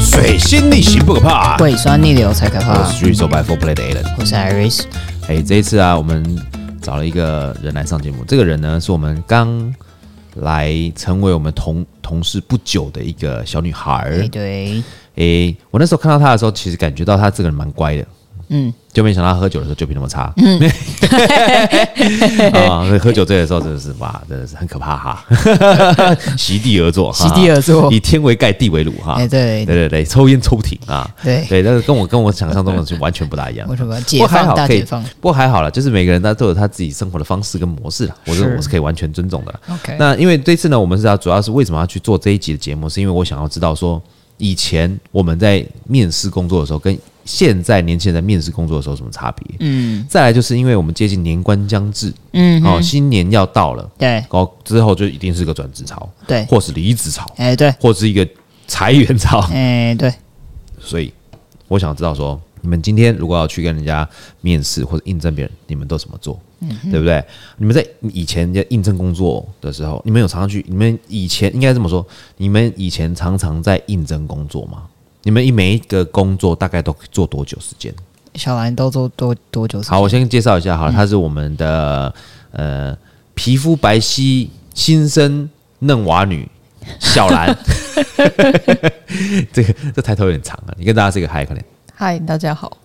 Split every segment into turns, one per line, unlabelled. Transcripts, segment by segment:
水星逆行不可怕，
胃酸逆流才可
啊我
怕
是。巨手白 Four Play 的 Alan。
我是 Iris，
哎，这一次啊，我们找了一个人来上节目。这个人呢，是我们刚来成为我们同同事不久的一个小女孩儿。
哎对，
诶、我那时候看到他的时候，其实感觉到他这个人蛮乖的，
嗯，
就没想到他喝酒的时候酒品那么差， 嗯，啊，所以喝酒醉的时候真的是哇，真的是很可怕哈， 席地而坐，哈
席地而坐
以天为盖，地为乳哈，
哎对
啊对对对，抽烟抽停啊，
对
对，但是跟我跟我想象中的是完全不大一 样
为。什么
不
解
过还
放
好
大
可以，
解
不
放
过还好了，就是每个人他都有他自己生活的方式跟模式啦，我是
是
我是可以完全尊重的啦。
？OK，
那因为这次呢，我们是要主要是为什么要去做这一集的节目，是因为我想要知道说，以前我们在面试工作的时候，跟现在年轻人在面试工作的时候有什么差别？
嗯
再来就是因为我们接近年关将至，
嗯，
哦，新年要到了，
对
哦，之后就一定是个转职潮，
对，
或是离职潮，
哎对，
或是一个裁员潮，
哎对，
所以我想知道说，你们今天如果要去跟人家面试或者应征别人，你们都怎么做？对不对？你们在以前在应征工作的时候，你们有常常去？你们以前应该这么说，你们以前常常在应征工作吗？你们一每一个工作大概都做多久时间？
小兰都做多多久？
好，我先介绍一下好了，他是我们的呃皮肤白皙新生嫩娃女小兰， 这个这抬头有点长啊，你跟大家这个嗨快点。
嗨，大家好。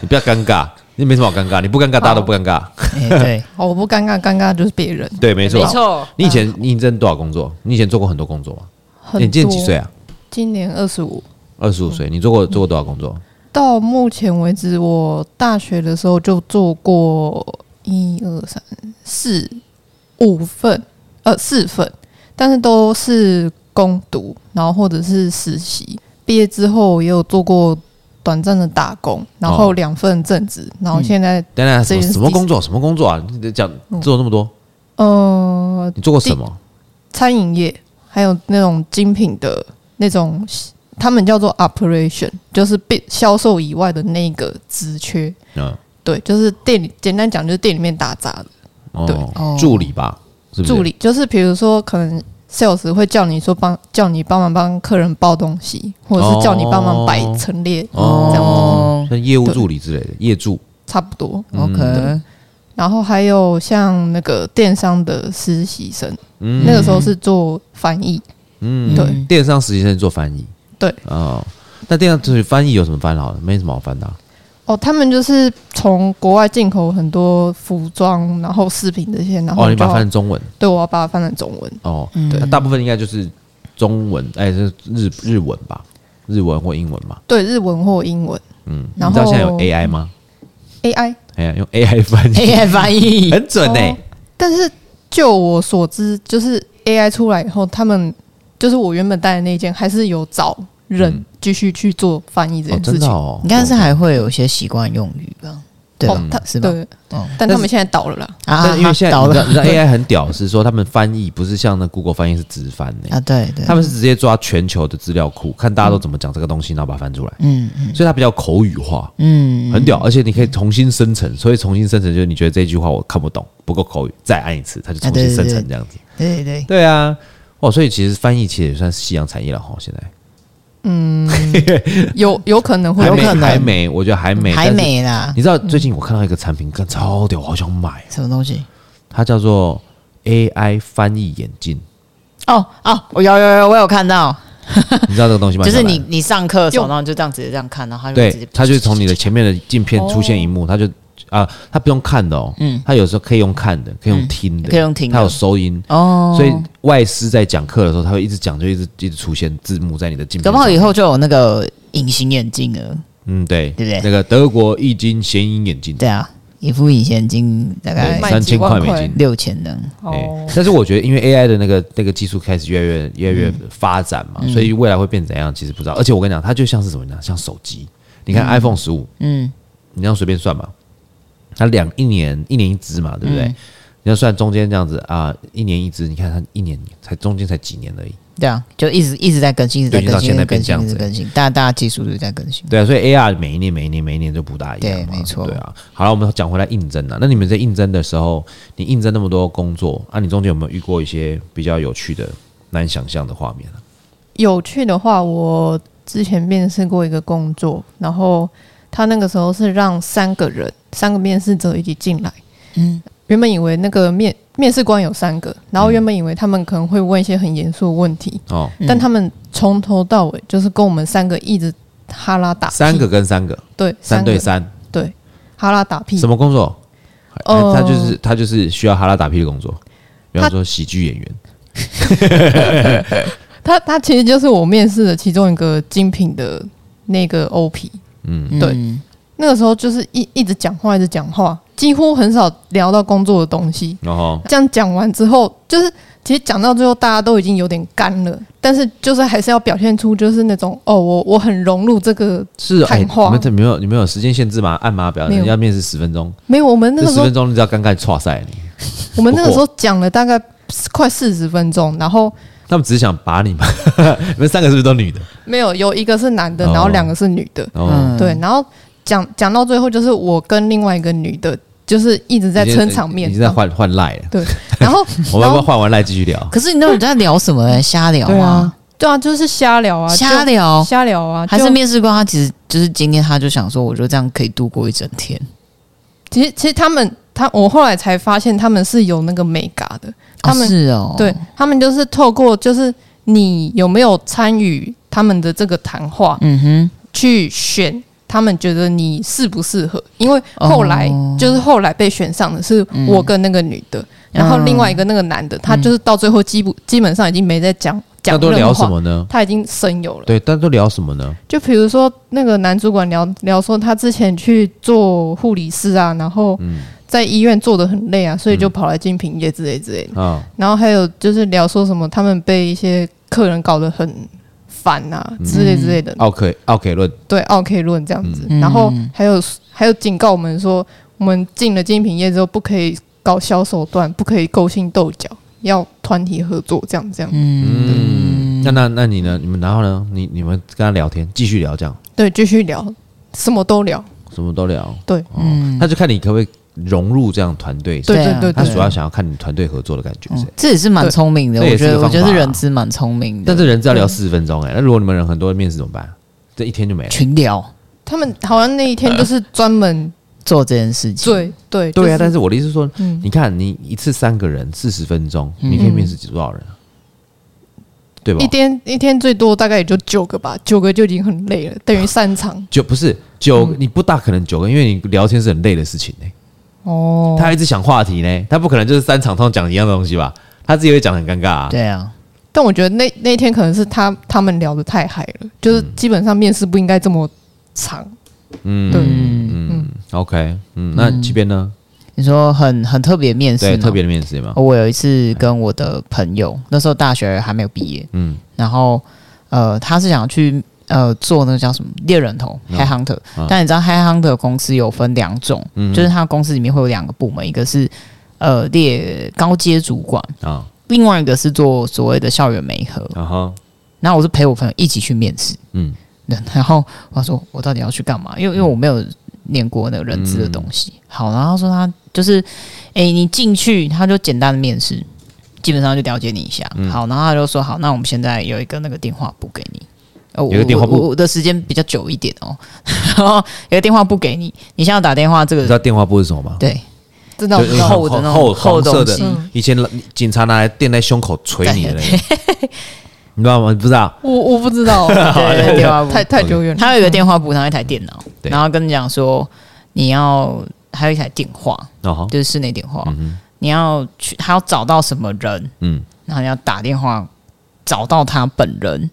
你不要尴尬，你没什么好尴尬，你不尴尬，大家都不尴尬。
哎对，
哦，我不尴尬，尴尬就是别人。
对，没错。
错
你以前你应征多少工作？你以前做过很多工作吗？
很嗯
你今年几岁
啊？
啊？
今年二十五。
二十五岁。你做过做过多少工作？
到目前为止，我大学的时候就做过一二三四五份，呃，四份，但是都是攻读，然后或者是实习。毕业之后也有做过短暂的打工，然后
哦
两份正职，然后现在、
等等，什么
这个是
啊什么工作？什么工作啊？你讲做那么多，
嗯呃
你做过什么？
餐饮业，还有那种精品的那种，他们叫做 operation，就是被销售以外的那个职缺。
嗯，
对，就是店里简单讲就是店里面打杂的对
哦
哦，
助理吧，是不是？
助。理，就是比如说可能 sales 会叫你说帮叫你帮忙帮客人包东西，或者是叫你帮忙摆陈列，这样子
哦，像业务助理之类的，业助。
差不多。
嗯
，OK，
然后还有像那个电商的实习生，
嗯
那个时候是做翻译，
嗯，
对
嗯
电商实习生做翻译。
对。
哦，那电商就是翻译有什么翻好的？没什么好翻的啊。
哦，他们就是从国外进口很多服装，然后饰品这些，然
哦，
后
你
我就
把它
要
翻成中文。
对我要把它翻成中文。
哦，
嗯
那大部分应该就是中文，哎，是日日文吧，日文或英文嘛。
对，日文或英文
嗯，你
然
知道现在有
后
AI 吗？
AI，
哎呀，用 AI 翻译，
AI 哎翻译，
很准呢、欸
哦但是就我所知，就是 AI 出来以后，他们就是我原本带的那一间，还是有找人
嗯
继续去做翻译这
哦，
件
真
事
的
情。
哦
你。看是啊还会有一些习惯用语吧？对吧
哦，
嗯
他
是吧？
对，
哦
但他们现在倒了啦。
啊
但因为现在
倒
你知道，
了
你知 道 AI 很屌，是说他们翻译不是像那 Google 翻译是直翻呢、
啊，对对，
他们是直接抓全球的资料库，看大家都怎么讲这个东西，然后把它翻出来，
嗯嗯
所以它比较口语化，
嗯，
很屌。而且你可以重新生成，所以重新生成就是你觉得这句话我看不懂，不够口语，再按一次，它就重
啊对
新
对
生
对
成这样子。
对对
对啊，哦，所以其实翻译其实也算是夕阳产业了哈，现在
有有可能会
还
有
没
可能
还没，我觉得还没
对，还。没嗯啦
但是，你知道最近我看到一个产品，看超屌，我好想买，
什么东西？
它叫做 AI 翻译眼镜，
哦哦，我有有有，我有看到，
你知道这个东西吗？
就是
小兰
你你上课的时候，
用
然后你就这样直接这样看，然后他就直接哦
对，它就是从你的前面的镜片出现一幕，它就啊，它不用看的哦，
嗯
它有时候可以用看的，可以用听的，
可以用听的
它有收音。
哦，
所以外师在讲课的时候，他会一直讲，就一直一直出现字幕在你的镜
搞
片
不好
上。
以后就有那个隐形眼镜了，
嗯，对，
对不对
那个德国易经显影眼镜，
对啊，一副隐形眼镜大概
对，
卖
三
几
千
万
块美
块
金。
六千呢，
哎
哦，
但是我觉得，因为 AI 的那个那个技术开始越来越越来
嗯
越发展嘛，所以未来会变怎样，其实不知道。而且我跟你讲，它就像是什么呢？像手机，你看 iPhone 十五，
嗯，
你要随便算嘛，它两一年一年一支嘛，对
嗯
不对？你要算中间这样子啊，一年一支，你看它一年才中间才几年而已，
对啊，就一直一直在更新，一直在
对就
更
到
新，一
现在
直
变
更
这
新，
样
一直
子
更新，大家大家技术都在更新。
对啊，所以 AR 每一年、每一年、每一年就不大一样嘛。
对没错
对啊，好了，我们讲回来应征啊了。那你们在应征的时候，你应征那么多工作啊，你中间有没有遇过一些比较有趣的、难以想象的画面啊？
有趣的话，我之前面试过一个工作，然后他那个时候是让三个人，三个面试者一起进来。
嗯，
原本以为那个面面试官有三个，然
嗯
后原本以为他们可能会问一些很严肃的问题，
哦，
嗯
但他们从头到尾就是跟我们三个一直哈拉打屁
啊三个跟三个，
对
三
个嗯
对三，
对哈拉打屁
什么工作？哎
呃
他就是他就是需要哈拉打屁的工作，比方
他
说喜剧演员。
他他其实就是我面试的其中一个精品的那个 OP，对
嗯
那个时候就是一一直讲话，一直讲话，几乎很少聊到工作的东西。
然后
这样讲完之后，就是其实讲到最后，大家都已经有点干了，但是就是还是要表现出就是那种哦，我我很融入这个。
是哎，
看画
你们这没有你们有时间限制吗？按码表，
没有
人家面试十分钟，
没有，我们那
这
个
十
时候
分钟你只要尴尬错赛，
我们那个
不
时
过
候讲了大概快四十分钟，然后
他们只是想把你们， 你们三个是不是都女的？
没有有一个是男的，
哦嗯
然后两个是女的，
哦
然
嗯
后
对，然后讲讲到最后就是我跟另外一个女的，就是一直在撑场面嗯
你，在换换赖了。
对，然后
我们要
然
不要
后
换完赖继续聊？
可是你到底在聊什么、瞎聊
对
啊
啊，
对啊，就是瞎聊啊，就
瞎聊，
瞎聊啊，
哦还是
就
面试官他其实就是今天他就想说，我就这样可以度过一整天。
其实其实他们他我后来才发现他们是有那个美嘎的，他们
哦、是哦，
对他们就是透过就是你有没有参与他们的这个谈话
嗯
去选。他们觉得你适不适合，因为后来、
哦嗯
就是后来被选上的是我跟那个女的，然后另外一个那个男的，他就是到最后基本基本上已经没在讲
那
讲
都
任
聊
何
什
话，
么呢？
他已经深有了。
对，但都聊什么呢？
就比如说那个男主管聊聊说，他之前去做护理师啊，然后在医院做的很累啊，所以就跑来精品业之类之类的。
啊，
然后还有就是聊说什么他们被一些客人搞得很烦啊之类之类的，
奥克奥克论，
对奥 K 论这样子。
嗯
然后还有还有警告我们说，我们进了精品业之后不可以搞小手段，不可以勾心斗角，要团体合作这样这样。
嗯，那那那你呢？你们然后呢？你你们跟他聊天，继续聊这样，
对，继续聊，什么都聊。
什么都聊。
对，嗯
哦，那就看你可不可以融入这样团队。
对
对
对
啊
对
他
对嗯
主要想要看你团队合作的感觉是
哼，。这也是蛮聪明的，
对
我觉
这也是个
得我
方法啊
觉得是人资蛮聪明的，
但是人只要聊四十分钟哎，那如果你们人很多，面试怎么办？这一天就没了。
群聊
他们好像那一天就是专门
做这件事情，
对对
对啊，
就
但
是
是我的意思是说，
嗯，
你看你一次三个人四十分钟，你可以面试几多少人啊？对吧
一？天一天最多大概也就九个吧，九个就已经很累了，等于三场
九不是九
嗯
个，你不大可能九个，因为你聊天是很累的事情呢。
哦。
他一直想话题呢，他不可能就是三场通讲一样的东西吧？他自己会讲得很尴尬啊。
对啊，
但我觉得那那一天可能是他他们聊得太嗨了，就是
嗯
基本上面试不应该这么长，
嗯，
对
嗯嗯，OK，嗯，那这边呢？
你说很很特别面试
对，
吗，
特别的面试嘛，
我有一次跟我的朋友，那时候大学还没有毕业，
嗯，
然后呃，他是想去呃做那个叫什么猎人头
嗯
（Head Hunter），、
嗯
但你知道 Head Hunter 公司有分两种，
嗯
就是他公司里面会有两个部门，一个是呃猎高阶主管，
啊，
另外一个是做所谓的校园媒合。
然后
然后我是陪我朋友一起去面试，
嗯
对然后我说我到底要去干嘛？因为因为我没有念过那个人资的东西。
嗯
好，然后他说他就是，哎、你进去他就简单的面试，基本上就了解你一下。
嗯
好，然后他就说好，那我们现在有一个那个电话簿给你。哦，
有一个电话簿
我我我的时间比较久一点哦， 然后有个电话簿给你，你现在要打电话这
你知道
个
电话簿是什么吗？
对，
知道
就
知
是
道
厚的那种
厚
厚
红色
东
的
西
嗯，
以前警察拿来垫在胸口捶你的那个， 你知道吗？你不知道？
我我不知 道，
对对电话簿
太太久远了。
他有一个电话簿，然后一台电脑，
对
然后跟你讲说你要还有一台电话，
然后，
就是室内电话，
嗯哼
你要去，他要找到什么人，
嗯
然后你要打电话找到他本人，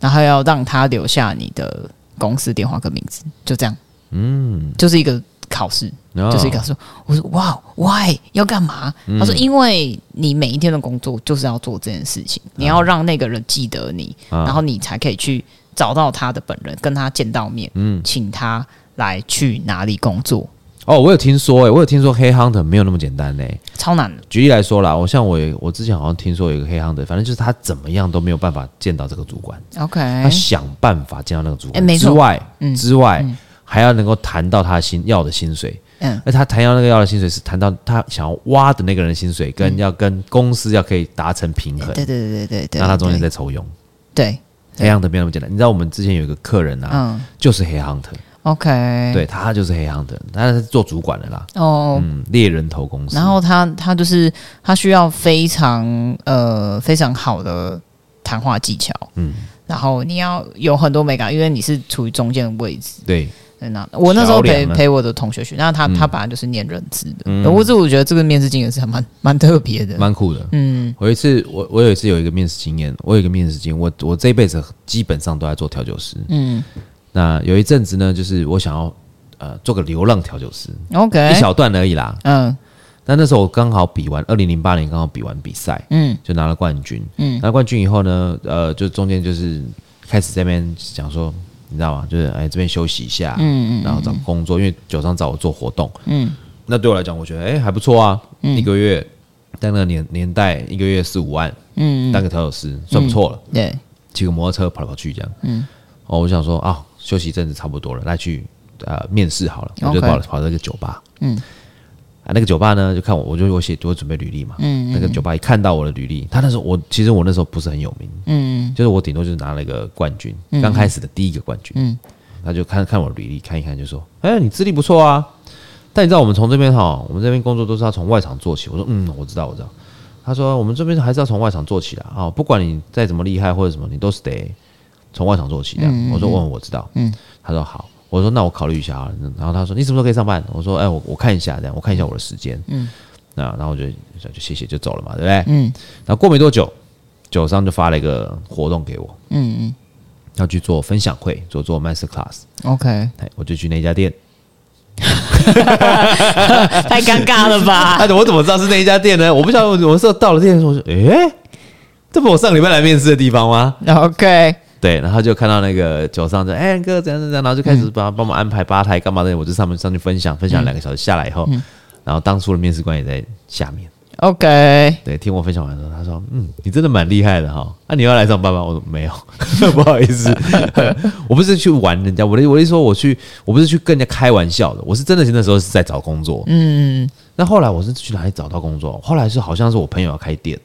然后要让他留下你的公司电话跟名字，就这样，
嗯，
就是一个考试，
然后
就是一个考试。我说哇，why 要干嘛？
嗯
他说因为你每一天的工作就是要做这件事情，
嗯
你要让那个人记得你，
啊
然后你才可以去找到他的本人，跟他见到面，
嗯
请他来去哪里工作，
哦，我有听说、欸，我有听说黑 hunter 没有那么简单嘞、
超难的。
举例来说啦，我像我我之前好像听说有一个黑 hunter，反正就是他怎么样都没有办法见到这个主管，
OK，
他想办法见到那个主
哎
管。
没错
之外，
嗯
之外、还要能够谈到他薪要的薪水。
嗯，
而他谈要那个要的薪水是谈到他想要挖的那个人的薪水，跟要跟公司要可以达成平衡，
嗯对对对对对对，
那他中间
对
在抽佣。哎
对，
黑 hunter 没有那么简单，你知道我们之前有一个客人啊，
嗯
就是黑 hunter，
，OK，
对他就是黑 hunter，他是做主管的啦，
哦。
嗯，猎人头公司，
然后他他就是他需要非常呃非常好的谈话技巧，
嗯，
然后你要有很多美感，因为你是处于中间的位置。
对，
对那我那时候
桥
陪
梁啊
陪我的同学学，那他、
嗯
他本来就是念认知的，我这我觉得这个面试经验是还蛮蛮特别的，
蛮酷的。
嗯
我有一次，我我有一次有一个面试经验，我有一个面试经验，我我这一辈子基本上都在做调酒师。
嗯
那有一阵子呢，就是我想要呃做个流浪调酒师，
，OK，
一小段而已啦。
嗯
但那时候我刚好比完，二零零八年刚好比完比赛，
嗯
就拿了冠军。
嗯
拿了冠军以后呢，呃，就中间就是开始这边想说，你知道吗？就是哎这边休息一下，
嗯
然后找工作，因为酒商找我做活动，
嗯
那对我来讲，我觉得哎、还不错啊，一个月在那个年年代，一个月四五万，
嗯，
当个调酒师算不错了，
对，
骑个摩托车跑来跑去这样，
嗯
哦，我想说啊，休息一阵子差不多了，来去呃面试好了，我就
OK
跑跑到一个酒吧，
嗯
啊，那个酒吧呢，就看我，我就我写我准备履历嘛，
嗯
那个酒吧一看到我的履历，他那时候我其实我那时候不是很有名，
嗯
就是我顶多就是拿了一个冠军，刚开始的第一个冠军，
嗯
他就看看我履历，看一看就说：“哎、你资历不错啊。”但你知道我们从这边哈，我们这边工作都是要从外场做起。我说：“嗯，我知道，我知道。”他说：“我们这边还是要从外场做起的啊、不管你再怎么厉害或者什么，你都是得从外场做起的。我说：“问我知道。”嗯，他说：“好。”我说：“那我考虑一下啊。”然后他说：“你什么时候可以上班？”我说：“哎、我我看一下，这样我看一下我的时间。”嗯，那然后我就就谢谢就走了嘛，对不对？
嗯
然后过没多久，酒商就发了一个活动给我，
嗯
要去做分享会，做做 master class。
嗯，OK，
哎，我就去那家店。
太尴尬了 吧？
哎，我怎么知道是那一家店呢？我不晓得，我我是到了店的时候，我说，诶，这不我上礼拜来面试的地方吗？
OK，
对，然后就看到那个酒商在，哎、哥怎样怎样，然后就开
嗯
始帮帮忙安排吧台干嘛的，我就上面上去分享，分享两个小时下来以后，
嗯
然后当初的面试官也在下面，
OK，
对，听我分享完之后，他说，嗯，你真的蛮厉害的哈，那、你要来上班吗？我说没有， 不好意思， 我不是去玩人家，我的我的意思说我去，我不是去跟人家开玩笑的，我是真的那时候是在找工作，
嗯，
那后来我是去哪里找到工作？后来是好像是我朋友要开店，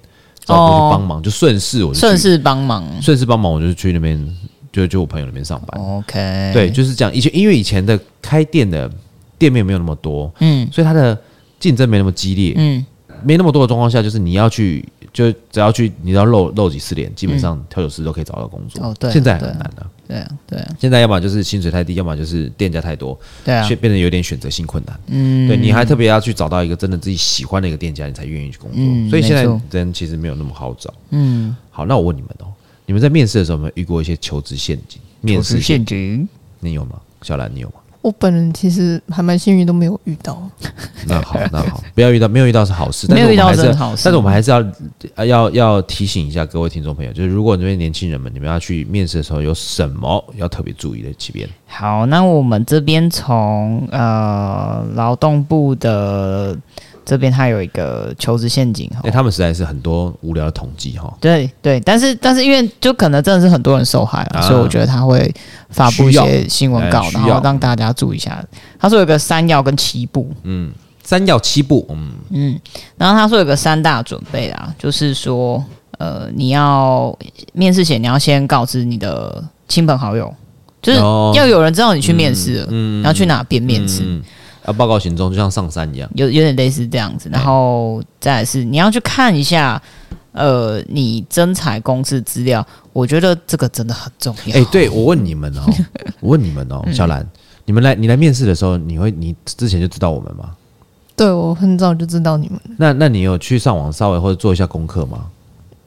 找我去帮忙，就顺势我就去
哦顺势帮忙
顺势帮忙，我就去那边就就我朋友那边上班。
，OK，
对，，就是这样。以前因为以前的开店的店面没有那么多，
嗯
所以它的竞争没那么激烈，
嗯
没那么多的状况下，就是你要去就只要去，你只要露露几次脸，基本上调酒师都可以找到工作。
嗯哦对啊
现在很
对啊
难了、
对啊对啊
现在要么就是薪水太低，要么就是店家太多，
对啊
却，变得有点选择性困难。
嗯，
对，你还特别要去找到一个真的自己喜欢的一个店家，你才愿意去工作。
嗯
所以现在
没错
人其实没有那么好找。
嗯，
好，那我问你们哦，你们在面试的时候有没有遇过一些求职陷阱？面试
是陷阱，
你有吗？小兰，你有吗？
我本人其实还蛮幸运，都没有遇到。
那 好，那好，不要遇到没有遇到是好事，但
没
是我
有遇
们
到
还是
真
要
的好事
但是我们还是要呃要要提醒一下各位听众朋友，就是如果你们年轻人们，你们要去面试的时候有什么要特别注意的几遍？
好，那我们这边从呃劳动部的这边，它有一个求职陷阱哈
因为。哎他们实在是很多无聊的统计哈，
对对，但是但是因为就可能真的是很多人受害了，
啊
所以我觉得他会发布一
需要
些新闻稿
哎，需
然
要
后让大家注意一下。他说有个三要跟七步，
三要七不，嗯，
嗯，然后他说有个三大准备啊，就是说，呃，你要面试前你要先告知你的亲朋好友，就是
哦嗯
要有人知道你去面试了，然后去哪边面试，
嗯，嗯要报告行踪，就像上山一 样。
有有点类似这样子。然后再来是你要去看一下，呃，你征才公司资料，我觉得这个真的很重要。
哎、对，我问你 们哦，我问你们哦，
嗯
小兰，你们来你来面试的时候，你会你之前就知道我们吗？
对我很早就知道你们
那那你有去上网稍微或者做一下功课吗？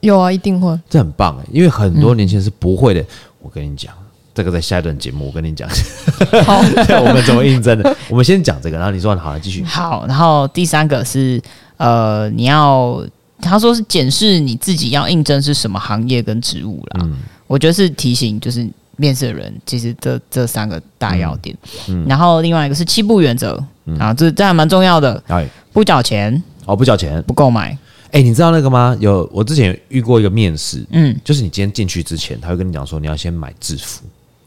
有啊，一定会。
这很棒哎，因为很多年轻人是不会的。
嗯
我跟你讲，这个在下一段节目我跟你讲，
好，
我们怎么应征 的。我们先讲这个，然后你说好了，继续。
好，然后第三个是呃，你要他说是
嗯
检视你自己要应征是什么行业跟职务啦。我觉得是提醒，就是面试的人，其实这这三个大要点。
嗯
然后另外一个是七不原则、啊，这这还蛮重要的，
哎，
不缴钱，
哦，不交钱。
不购买，
哎、你知道那个吗？有，我之前有遇过一个面试，
嗯，
就是你今天进去之前，他会跟你讲说你要先买制服，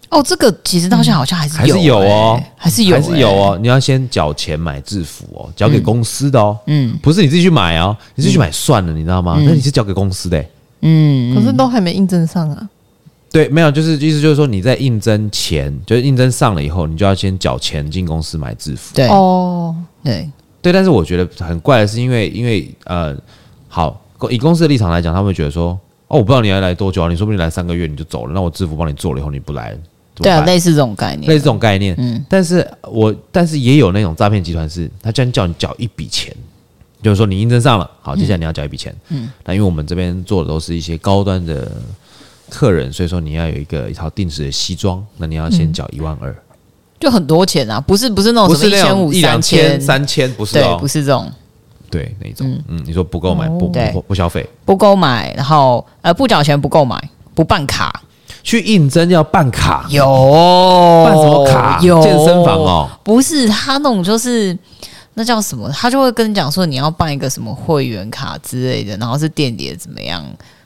哦，这个其实到现在好像还是有、
还是有哦
欸，还是有、
还是有，哦，你要先缴钱买制服哦，交给公司的哦，
嗯
不是你自己去买哦，你自己去买算了，你知道吗？那你是交给公司的、欸
嗯，
可是都还没印证上啊。
对，没有，就是意思就是说你在应征前，就是应征上了以后，你就要先缴钱进公司买制服。
对、
哦，
对，
对，但是我觉得很怪的是因，为因为呃，好，公以公司的立场来讲，他们会觉得说，哦，我不知道你要来多久啊，你说不定来三个月你就走了，那我制服帮你做了以后你不来，怎么
对啊，
办
类似这种概念，
类似这种概念。
嗯
但是我但是也有那种诈骗集团是，他竟然叫你缴一笔钱，就是说你应征上了，好，接下来你要缴一笔钱。嗯，那因为我们这边做的都是一些高端的客人，所以说你要有一个一套定制的西装，那你要先缴一万二、
就很多钱啊，不是不是那
不
种嗯什
是
么
那
千
种
五、
一两
千
千、三千，不是
对，
哦
不，是这种
对那一种，嗯，你说不购买不
对
不不消费，
不购买，然后呃不缴钱不购买，不办卡，
去应征要办卡，
有
办什么卡？
哦有
健身房哦，
不是他那种就是。那叫什么？他就会跟你讲说你要办一个什么会员卡之类的，然后是店里的怎么样，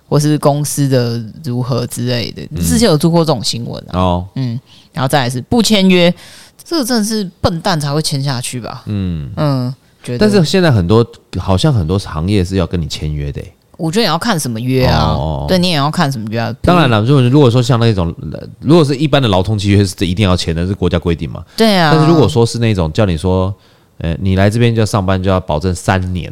或是公司的如何之类的。
嗯
之前有做过这种新闻啊，
哦，
嗯，然后再来是不签约，这个真的是笨蛋才会签下去吧？嗯嗯，觉得，
但是现在很多好像很多行业是要跟你签约的欸、
我觉得也要看什么约啊，
哦
对你也要看什么约啊。
当然，了，如果如果说像那种，呃如果是一般的劳动契约是一定要签的，是国家规定嘛。
对啊。
但是如果说是那种叫你说，呃，你来这边就要上班就要保证三年，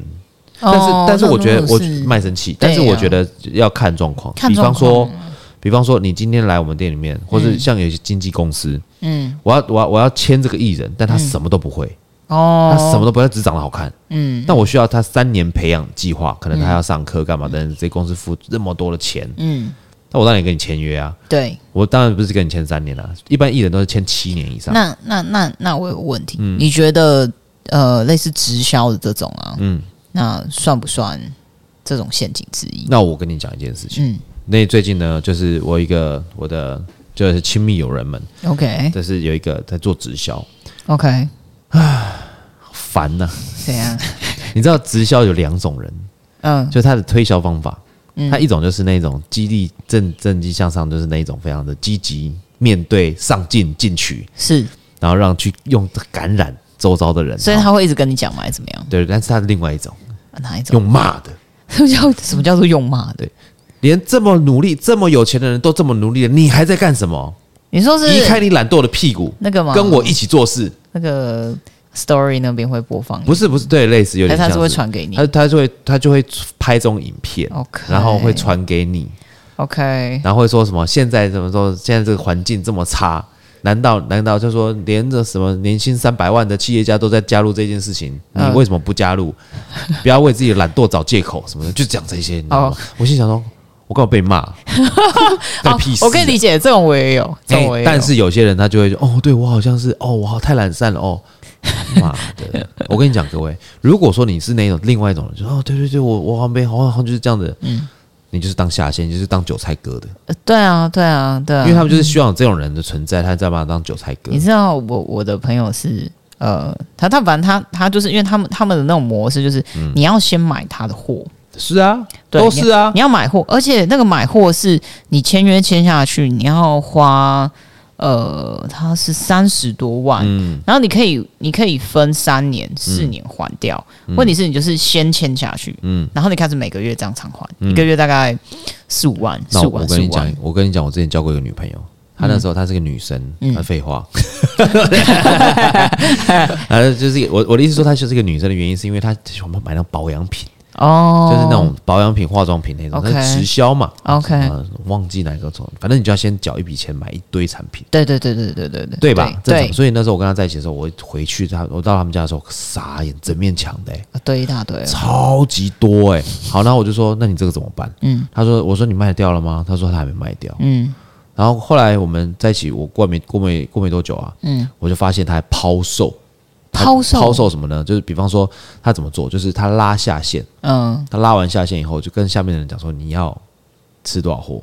哦，
但是但是
那
我觉得
种
我
是
卖身契，
对
但
啊
是我觉得要看状况，
看
比
状
方说
况，
比方说你今天来我们店里面，或者像有些经纪公司，
嗯
我要我要我要签这个艺人，但他什么都不会，
哦，
他什么都不会，他只长得好看。
嗯
但我需要他三年培养计划，可能他要上课干嘛的，这公司付那么多的钱，
嗯
那我当然也跟你签约啊。
对。
我当然不是跟你签三年啦、一般艺人都是签七年以上。
那那那那我有个问题，你觉得呃类似直销的这种啊，
嗯，
那算不算这种陷阱之一？
那我跟你讲一件事情，
嗯
那最近呢，就是我一个我的就是亲密友人们，
，OK
就是有一个在做直销，
OK，
烦呐、
怎样？
你知道直销有两种人，
嗯
就是他的推销方法，
嗯
他一种就是那种激励正正激向上，就是那一种非常的积极面对上进进取，
是，
然后让去用感染周遭的人，
所以
然后
他会一直跟你讲嘛，还是怎么样？啊
对，但是他的另外一种
哪一种？
用骂的。
什么叫什么叫做用骂的？
连这么努力、这么有钱的人都这么努力了，你还在干什么？
你说
移开
是
你懒惰的屁股，
那个吗？
跟我一起做事。
那个 story 那边会播放，
不是不是，对，类似有
但
点
他
像
是会传给你哦
他他就会他就会拍这种影片
OK
然后会传给你，
？OK，
然后会说什么现在怎么说现在这个环境这么差，难道难道就说连着什么年薪三百万的企业家都在加入这件事情，你
嗯
为什么不加入？不要为自己的懒惰找借口什么的，就讲这些。你知
哦
道吗？我心想说，我干嘛被 骂？干
好
我屁事啊
哦我可以理解，这种我也有，这种我也
欸
有。
但是有些人他就会说，哦，对我好像是，哦，我好太懒散了，哦， 妈的！我跟你讲，各位，如果说你是那种另外一种人，就说哦，对对对，我我好像没，好像就是这样的，嗯，你就是当下线，你就是当韭菜割的，
呃对啊，对啊，对啊，
因为他们就是希望有这种人的存在，他在把他当韭菜割
你。知道我我的朋友是呃，他他反正他他就是因为他们他们的那种模式就是、
嗯
你要先买他的货，
是啊，
对
都是啊
你，要买货，而且那个买货是你签约签下去，你要花呃，它是三十多万。
嗯，
然后你可以，你可以分三年、四年还掉。问题是，你就是先签下去，嗯
嗯，
然后你开始每个月这样偿还，一个月大概四五万、
那
四五
我
万、
跟
四
你
五万
讲。，我跟你讲，我之前交过一个女朋友。她那时候她是个女生，
嗯
她废话， 然后就是我我的意思说她就是个女生的原因，是因为她喜欢买那种保养品，
哦，
就是那种保养品、化妆品那种，
OK
它是直销嘛。
OK
啊忘记哪个种，反正你就要先缴一笔钱买一堆产品，
对对对对对对对，
对吧？正
对
常。，所以那时候我跟他在一起的时候，我回去他，我到他们家的时候，傻眼，整面墙的、欸
啊对一大堆，
超级多哎、好，然后我就说，那你这个怎么办？
嗯
他说，我说你卖掉了吗？他说他还没卖掉。
嗯
然后后来我们在一起，我过没过没过没多久啊，
嗯，
我就发现他还抛售。他
抛售
抛售什么呢？就是比方说他怎么做，就是他拉下线，
嗯
他拉完下线以后，就跟下面的人讲说你要吃多少货，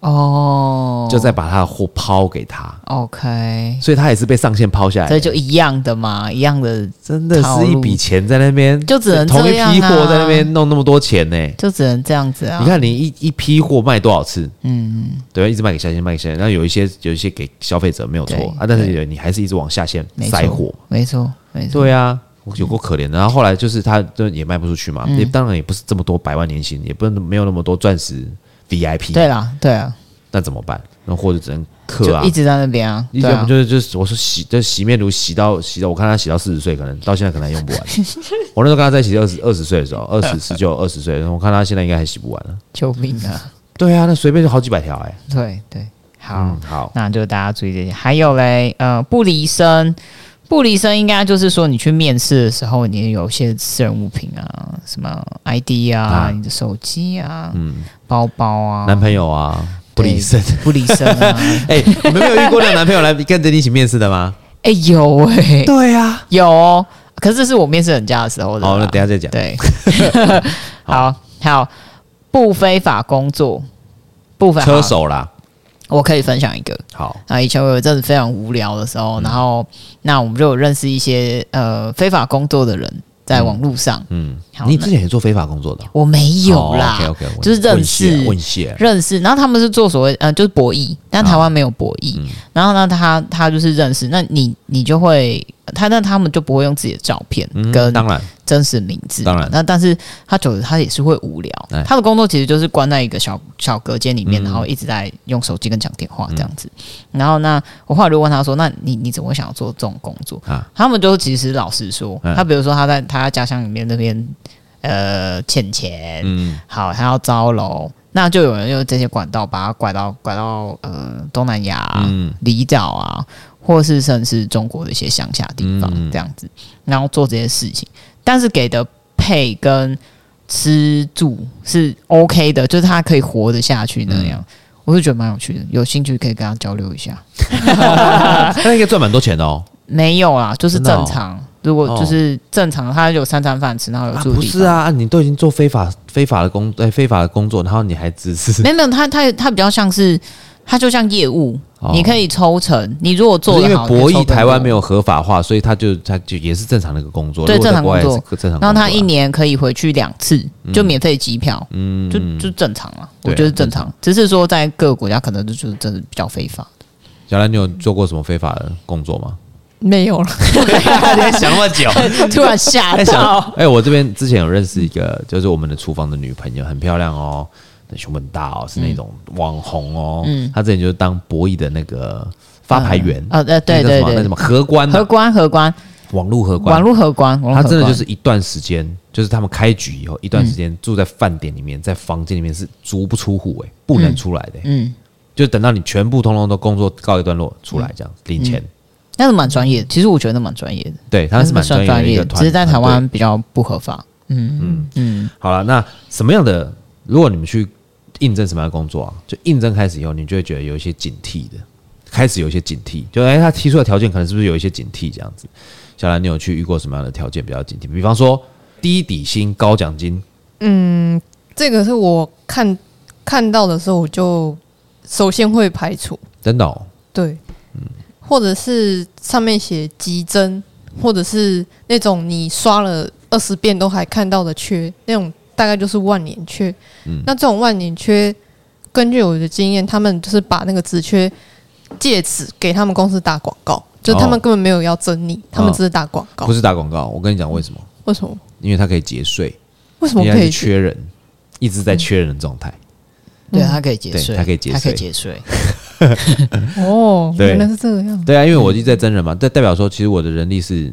哦，
就再把他的货抛给他，
OK，
所以他也是被上线抛下来的，
这就一样的嘛，一样的，
真的是一笔钱在那边，
就只能
同一
这样啊
批货在那边弄那么多钱呢、
就只能这样子啊。
你，看，你一一批货卖多少次？
嗯，
对，一直卖给下线，卖给下线。然后有一些有一些给消费者没有错
对
啊，但是你还是一直往下线
没
塞
错
货。
没错，没错，
对啊，我有够可怜的。然后后来就是他就也卖不出去嘛，
嗯
也当然也不是这么多百万年薪，也不能没有那么多钻石 VIP。
对，啦，对啊，
那怎么办？那或者只能克
就
啊
一。直在那边啊，
一
对啊
种，就是就是我说洗就洗面乳洗到洗到，我看他洗到四十岁，可能到现在可能还用 不完。我那时候跟他在一起二十二十岁的时候，二十十九二十岁，我看他现在应该还洗不完了。
救命啊！
对啊，那随便就好几百条哎、
对对，好，
嗯，好，
那就大家注意这些。还有嘞，呃，不离身，不离身应该就是说，你去面试的时候，你有一些私人物品啊，什么 ID 啊，
啊嗯
你的手机啊，包包啊，
男朋友啊，不离 身。
对，不离身 啊。
哎、你们没有遇过那个男朋友来跟着你一起面试的吗？
哎、有哎、
对啊，
有哦、可是这是 我面试人家的时候的啦。
好，那等一下再讲。
对， 好好，不非法工作，不非法
车，手啦，
我可以分享一个。
好，
啊，以前我有一阵子非常无聊的时
嗯
候，然后那我们就有认识一些呃非法工作的人，在网络上，
嗯
好，
你
那
之前也做非法工作的哦，
我没有啦，
OK OK，
就是认识
问谢，
认识，然后他们是做所谓呃就是博弈，但台湾没有博
啊
弈，
嗯
然后呢他他就是认识，那你你就会他那他们就不会用自己的照片
嗯，
跟
当然，
真实名字嘛，
当然
那但是他久了他也是会无聊
哎，嗯
他的工作其实就是关在一个小小隔间里面，然后一直在用手机跟讲电话这样子。然后那我后来就问他说：“那你你怎么会想要做这种工作？”
啊
他们就其实老实说，
嗯
他比如说他在他家乡里面那边呃欠钱，
嗯，
好他要招楼，那就有人用这些管道把他拐到拐到呃东南亚、
嗯
离岛啊，或是甚至中国的一些乡下地方
嗯
这样子，然后做这些事情，但是给的配跟吃住是 OK 的，就是他可以活得下去那
嗯
样，我就觉得蛮有趣的，有兴趣可以跟他交流一 下。
那应该赚蛮多钱的 哦，
没有啦，就是
真的哦
正常。如果就是正常，他有三餐饭吃，然后有
啊
住、
不是，啊，你都已经做非法非法的工哎非法的工作，然后你还只是
没有没有，他他他比较像是，他就像业务，
哦
你可以抽成，你如果做
可是
得
因
好
为博
你可
弈
以抽更
台湾
多
没有合法化，所以他就他就也是正常的一个工作，
对
如果在
正常
国外
工作
也是正常工作啊，
然后他一年可以回去两次，就免费机票，
嗯
就就正常了。
对啊
我觉得正常，只是说在各个国家可能就是真的比较 非法。
小兰，你有做过什么非法的工作吗？
没有了，
你还想那么 久？
突然 吓
在想
到，，
哎、我这边之前有认识一个，就是我们的厨房的女朋友，很漂亮哦，胸部很大哦，是那种网红哦。
嗯
她之前就是当博弈的那个发牌员，
呃呃，对
那叫
对
什么那什
对
么，荷官、
荷
啊，
官荷官，
网络荷官，
网络荷官，网络
他
荷
真的
官
就是一段时间，就是他们开局以后一段时
嗯
间住在饭店里面，在房间里面是足不出户哎、不能出来的、哎
嗯，
就等到你全部通通都工作告一段落出来这样领
嗯
钱。
那是蛮专业的。其实我觉得那蛮专业的，
对，他是蛮专业的
算专
一
业
个
的，
团，啊
只是在台
团队
湾比较不合法。嗯嗯
好了，那什么样的？如果你们去应征什么样的工作啊？就应征开始以后，你就会觉得有一些警惕的，开始有一些警惕，就哎、他提出的条件可能是不是有一些警惕这样子？小兰，你有去遇过什么样的条件比较警惕？比方说低底薪高奖金，
这个是我看看到的时候，我就首先会排除，
真的、哦，
对，或者是上面写急增，或者是那种你刷了二十遍都还看到的缺，那种大概就是万年缺。
嗯
那这种万年缺，根据我的经验，他们就是把那个职缺借此给他们公司打广告，就是他们
哦
根本没有要争你，他们只是打广告。
不是打广告。我跟你讲为什么？
为什么？
因为它可以节税，
为什么
因为它
可以
是？缺人，一直在缺人的状态。
对，他可以节
对
税，
他可以节
他可以
税
节税。
哦，
对
原来是这样。
对啊，因为我一直在真人嘛，这代表说其实我的人力是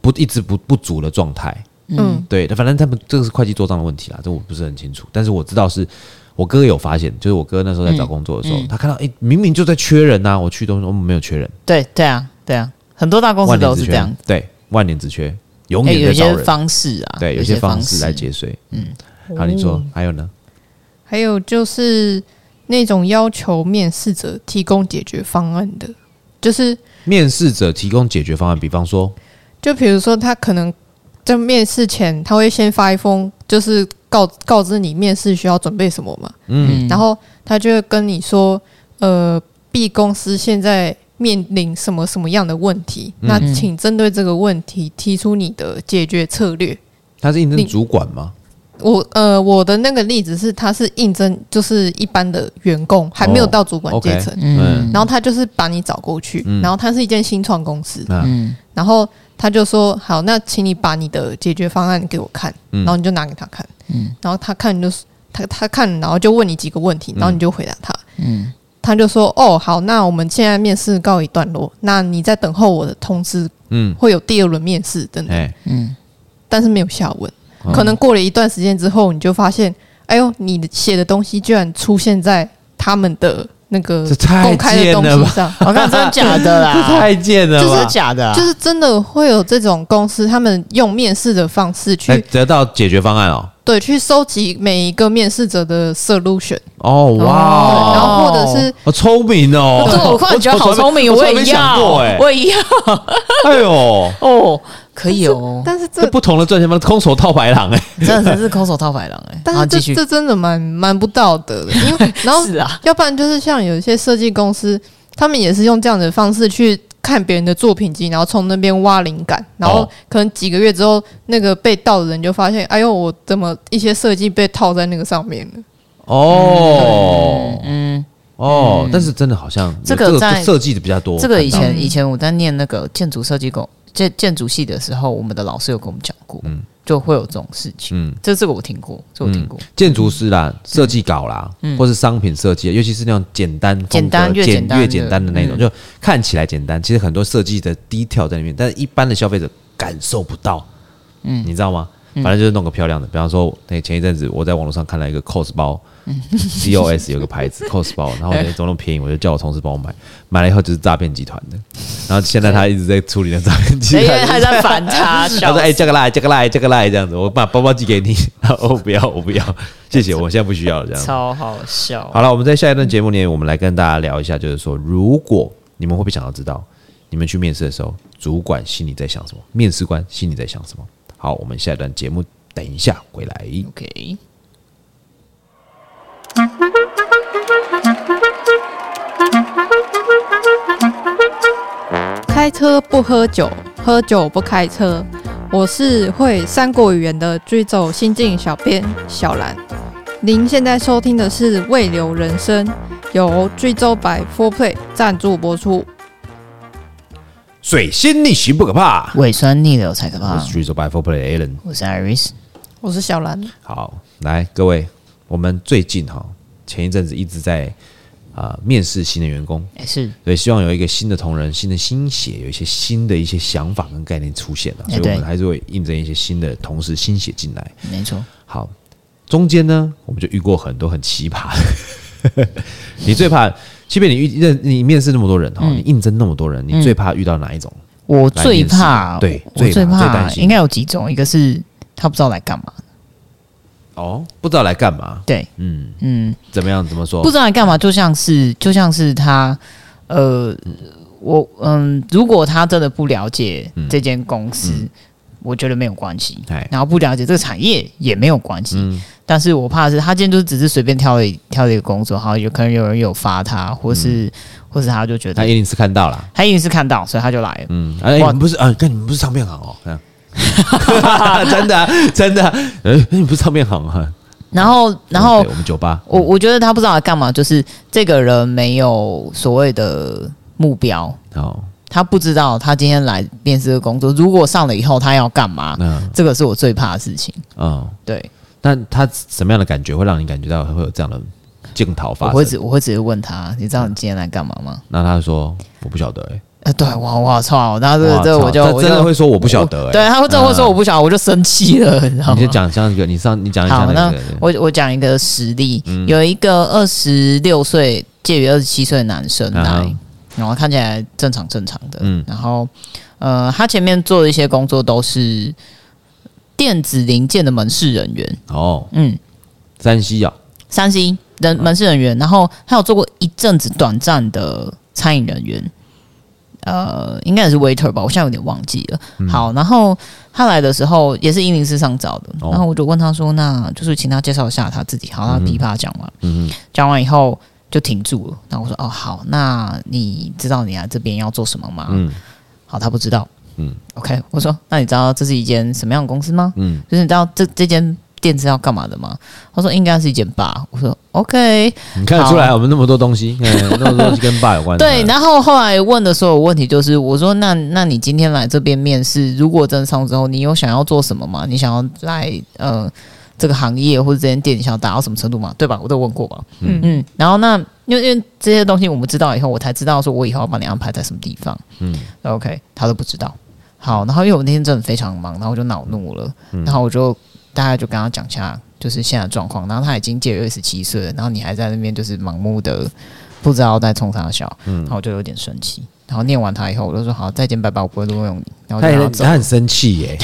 不一直不不足的状态。
嗯，
对，反正他们这个是会计做账的问题啦，这我不是很清楚，但是我知道是我哥有发现，就是我哥那时候在找工作的时候，
嗯嗯
他看到哎、诶明明就在缺人呐、我去都我们没有缺人，
对对啊对啊，很多大公司
万年
都
之
是
缺，
这样。
对，万年只缺，永
哎，
远
有
在
一
招
些
人，
方式啊，
对，有
一
些
些
方式
式
来节税。
嗯，
好，你说还有呢？
还有就是那种要求面试者提供解决方案的，就是
面试者提供解决方案，比方说，
就比如说他可能在面试前他会先发一封就是告告知你面试需要准备什么嘛，
嗯，
然后他就会跟你说，呃，B 公司现在面临什么什么样的问题，
嗯
那请针对这个问题提出你的解决策略。
他是应征
另
主管吗？
我呃，我的那个例子是，他是应征就是一般的员工，还没有
哦
到主管阶
OK
层，
嗯
嗯
然后他就是把你找过去，
嗯
然后他是一间新创公司，
那
嗯
然后他就说：“好，那请你把你的解决方案给我看。”
嗯
然后你就拿给他看，
嗯
然后他看就是他他看，然后就问你几个问题，然后你就回答他。
嗯
他就说：“哦，好，那我们现在面试告一段落，那你在等候我的通知，
嗯，
会有第二轮面试等等。
哎，
嗯，
但是没有下文。
哦
可能过了一段时间之后，你就发现，哎呦，你写的东西居然出现在他们的那个
这太
公开的
贱
东
了吧
西上。
我哦看真的 假的
这
啦，
太贱了
真
吧
的！假的啊，
就是真的会有这种公司，他们用面试的方式去、
来哎得到解决方案哦。
对去收集每一个面试者的 solution，、
哦，
对
哇，哦
然后或者是
好聪明哦！
哦对，我忽然觉得好聪明，
我
也
没想
要
过哎，，
我也要
哎 呦，
哦，可以哦，
但是
这
这
不同的赚钱方式空手套白狼哎，
真的是空手套白狼哎，好
但
继
是这
续
这真的蛮蛮不道 德的，因为然后
是啊，
要不然就是像有一些设计公司，他们也是用这样的方式去看别人的作品集，然后从那边挖灵感，然后
哦
可能几个月之后，那个被盗的人就发现，哎呦，我怎么一些设计被套在那个上面了？
哦
嗯，
哦，但是真的好像
这个
个
在
设计的比较多，
这个以
看到
前以前我在念那个建筑设计工建建筑系的时候，我们的老师有跟我们讲过，
嗯
就会有这种事情，
嗯。
这这个我听过，这我听过，
建筑师啦，设计稿啦，或是商品设计，尤其是那种简单、风
嗯简
格
单越
简
简单的
越简单的那种，
嗯
就看起来简单，其实很多设计的低调在里面，但是一般的消费者感受不到，嗯，你知道吗？反正就是弄个漂亮的，比方说，那前一阵子我在网络上看了一个 cos 包，COS 有个牌子 cos 包，然后我
嗯
觉得怎么那么便宜，我就叫我同事帮我买，买了以后就是诈骗集团的，然后现在他一直在处理那诈骗集
因
团的
为哎还在反
他
差，笑
说：“
死
哎、加个赖，加个赖，加个赖，这样子，我把包包寄 给你。”哦，不要，我不要，谢谢，我现在不需要了这样子。
超 好笑，
好了，我们在下一段节目里面，我们来跟大家聊一下，就是说，如果你们会不会想要知道，你们去面试的时候，主管心里在想什么，面试官心里在想什么？好，我们下一段节目等一下回来。
，OK，
开车不喝酒，喝酒不开车。我是会三国语言的追走新晋小编小兰。您现在收听的是《未留人生》，由追州百 Four Play 赞助播出。
水星逆行不可怕，
胃酸逆流才可
我
怕
是。举手 by four play Alan。
我是 Iris，
我是小兰，
好，来各位，我们最近哈前一阵子一直在啊、呃面试新的员工，
哎、是
所以希望有一个新的同仁、新的心血，有一些新的一些想法跟概念出现了，所
哎
以我
对
们还是会印证一些新的同时新血进来。
没错，
好，中间呢，我们就遇过很多很奇葩的。 你最怕，即便你遇认你面试那么多人哈、
嗯
你应征那么多人，你最怕遇到哪一种？
我最
来
怕，
面试对
我最
最怕最
怕
担心
应该有几种，一个是他不知道来干嘛，
哦，不知道来干嘛？
对，
嗯，
嗯，
怎么样？怎么说？
不知道来干嘛，就像是就像是他，呃，我嗯，如果他真的不了解
嗯
这间公司，我觉得没有关系，
哎，
然后不了解这个产业也没有关
嗯
系，但是我怕的是他今天就是只是随便挑了一挑了一个工作，然后有可能有人有发他，或是、或是他就觉
嗯他
得
一定是看到了。
他一定是看到，所以他就来了，
嗯，哎、你
哇
们不是啊？看你们不是唱片行哦，这样 真的啊、真的啊、哎、你们不是唱片行啊？
然后然后
哦对我们酒吧，
我我觉得他不知道来干嘛，就是这个人没有所谓的目标，
嗯好，
他不知道他今天来面试的工作，如果上了以后他要干嘛，
那
这个是我最怕的事情。
嗯，
对，
那他什么样的感觉会让你感觉到会有这样的镜头
我
发
会
生？
只我会直接问他，你知道你今天来干嘛吗？
那他说我不晓得、欸，
呃，对，哇哇操，然后这
哇
个这个
操
我就
他
我
真的
就
会说我不晓得、欸，
对，他会真的会说我不晓得，我就生气了，你知道
你就？
吗
讲像一个，你上你讲一下
好，
那
那
个，对
我我讲一个实例，
嗯
有一个二十六岁介于二十七岁的男生来，
啊哈
然后看起来正常正常的，
嗯
然后呃，他前面做的一些工作都是电子零件的门市人员，
哦，
嗯，
山西啊，
三 C 人门市人员，然后他有做过一阵子短暂的餐饮人员，呃，应该也是 waiter 吧，我现在有点忘记了。
嗯
好，然后他来的时候也是一零四上找的，
哦
然后我就问他说，那就是请他介绍一下他自己。好，他噼啪讲完，
嗯
讲完以后就停住了。然后我说，哦，好，那你知道你来这边要做什么吗？
嗯
好，他不知道。
嗯
嗯，OK，我说，那你知道这是一间什么样的公司吗？
嗯
就是你知道这这间店是要干嘛的吗？他说应该是一间吧。我说 OK，
你看得出来我们那么多东西，嗯，那么多东西跟爸有关。
对。然后后来问的所有问题就是，我说那那你今天来这边面试，如果真上之后，你有想要做什么吗？你想要来呃这个行业或者这间店，你想要达到什么程度吗？对吧？我都问过吧。
嗯
嗯嗯。然后那因为因为这些东西我们知道以后，我才知道说我以后要把你安排在什么地方。
嗯
嗯，OK，他都不知道。好，然后因为我那天真的非常忙，然后我就恼怒了，然后我就大概就跟他讲一下就是现在的状况，然后他已经介于二十七岁了，然后你还在那边就是盲目的不知道在冲啥笑，
嗯
然后我就有点生气。然后念完他以后，我就说好，再见，拜拜，我不会录用你。然后
他
我就让
也
他走
他很生气 耶，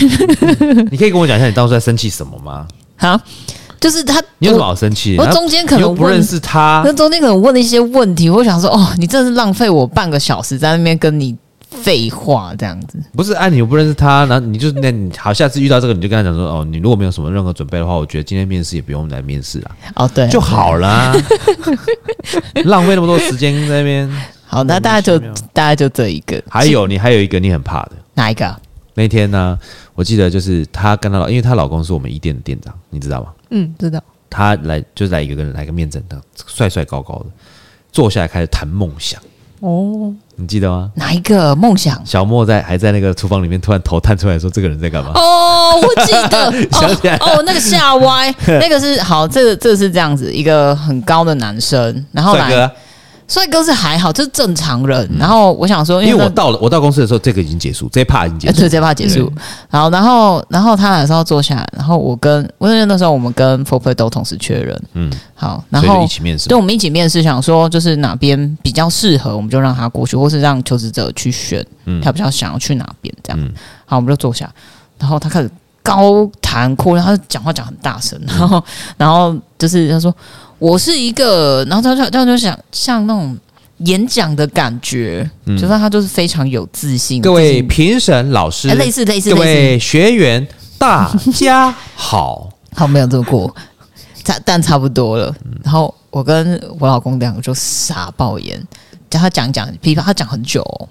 你可以跟我讲一下你当初在生气什么吗？
好，就是他，
你有什么
我
好生气的？
我
他
中间可
你
能
又不认识他
那，中间可能问了一些问题，我想说，哦，你真的是浪费我半个小时在那边跟你废话这样子。
不是啊，你又不认识他，然后你就那你好，下次遇到这个你就跟他讲说，哦，你如果没有什么任何准备的话，我觉得今天面试也不用来面试啦，
哦，对，
就好啦，浪费那么多时间在那边。
好，那大概就大概就这一个。
嗯还有你还有一个你很怕的，
哪一个啊？
那天呢，我记得就是她跟她老，因为她老公是我们一店的店长，你知道吗？
嗯，知道。
她来就是来一个人来个面诊的，帅帅高高的，坐下来开始谈梦想，
哦，
你记得吗？
哪一个 梦想？
小莫在还在那个厨房里面，突然头探出来说：“这个人在干嘛？”
哦，我记得
想起来
哦，哦，那个下歪，那个是好，这个这个是这样子，一个很高的男生，然后
帅哥
来
啊，
帅哥是还好，就是正常人。然后我想说，
嗯因为
那
我到了我到公司的时候，这个已经结束，这一 part 已经结
呃
束
对，，这怕结束。
嗯
然后，然后，然后他来的时候坐下来，然后我跟我因为那时候我们跟 f o r Play 都同时确认，
嗯，
好，然
所以就
后
一起面试
对，。我们一起面试，想说就是哪边比较适合，我们就让他过去，或是让求职者去选，
嗯
他比较想要去哪边这样。
嗯
好，我们就坐下，然后他开始高谈阔论，他讲话讲很大声，
嗯
然后然后就是他说我是一个，然后他就他就想像那种演讲的感觉，就是他就是非常有自信。
嗯各
自
位
信
评审老师
哎，类似类似
各
类
位学 员，大家好。
似，好没有这么过，差但差不多了。然后我跟我老公两个就傻爆眼，叫他讲讲噼啪，他讲很久哦、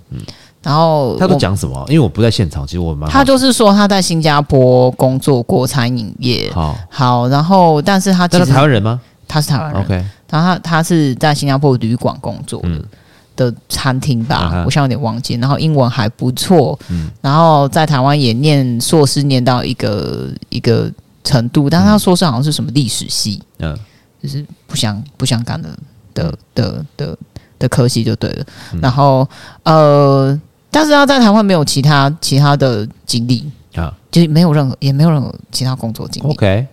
然后
他都
我
讲什么？因为我不在现场，其实我蛮
他就是说他在新加坡工作过餐饮业，
好。
好，然后但是他其
但
实
是台湾人吗
他是台湾人
？OK，
然后他他是在新加坡旅馆工作的。
嗯
的餐厅吧
啊哈嗯
我现在有点忘记。然后英文还不错，然后在台湾也念硕士，念到一个一个程度，但是他硕士好像是什么历史系，
嗯，
就是不相不相干的的的的的科系就对了。
嗯
然后呃，但是他在台湾没有其他其他的经历，
啊
就是没有任何也没有任何其他工作经历。
，OK，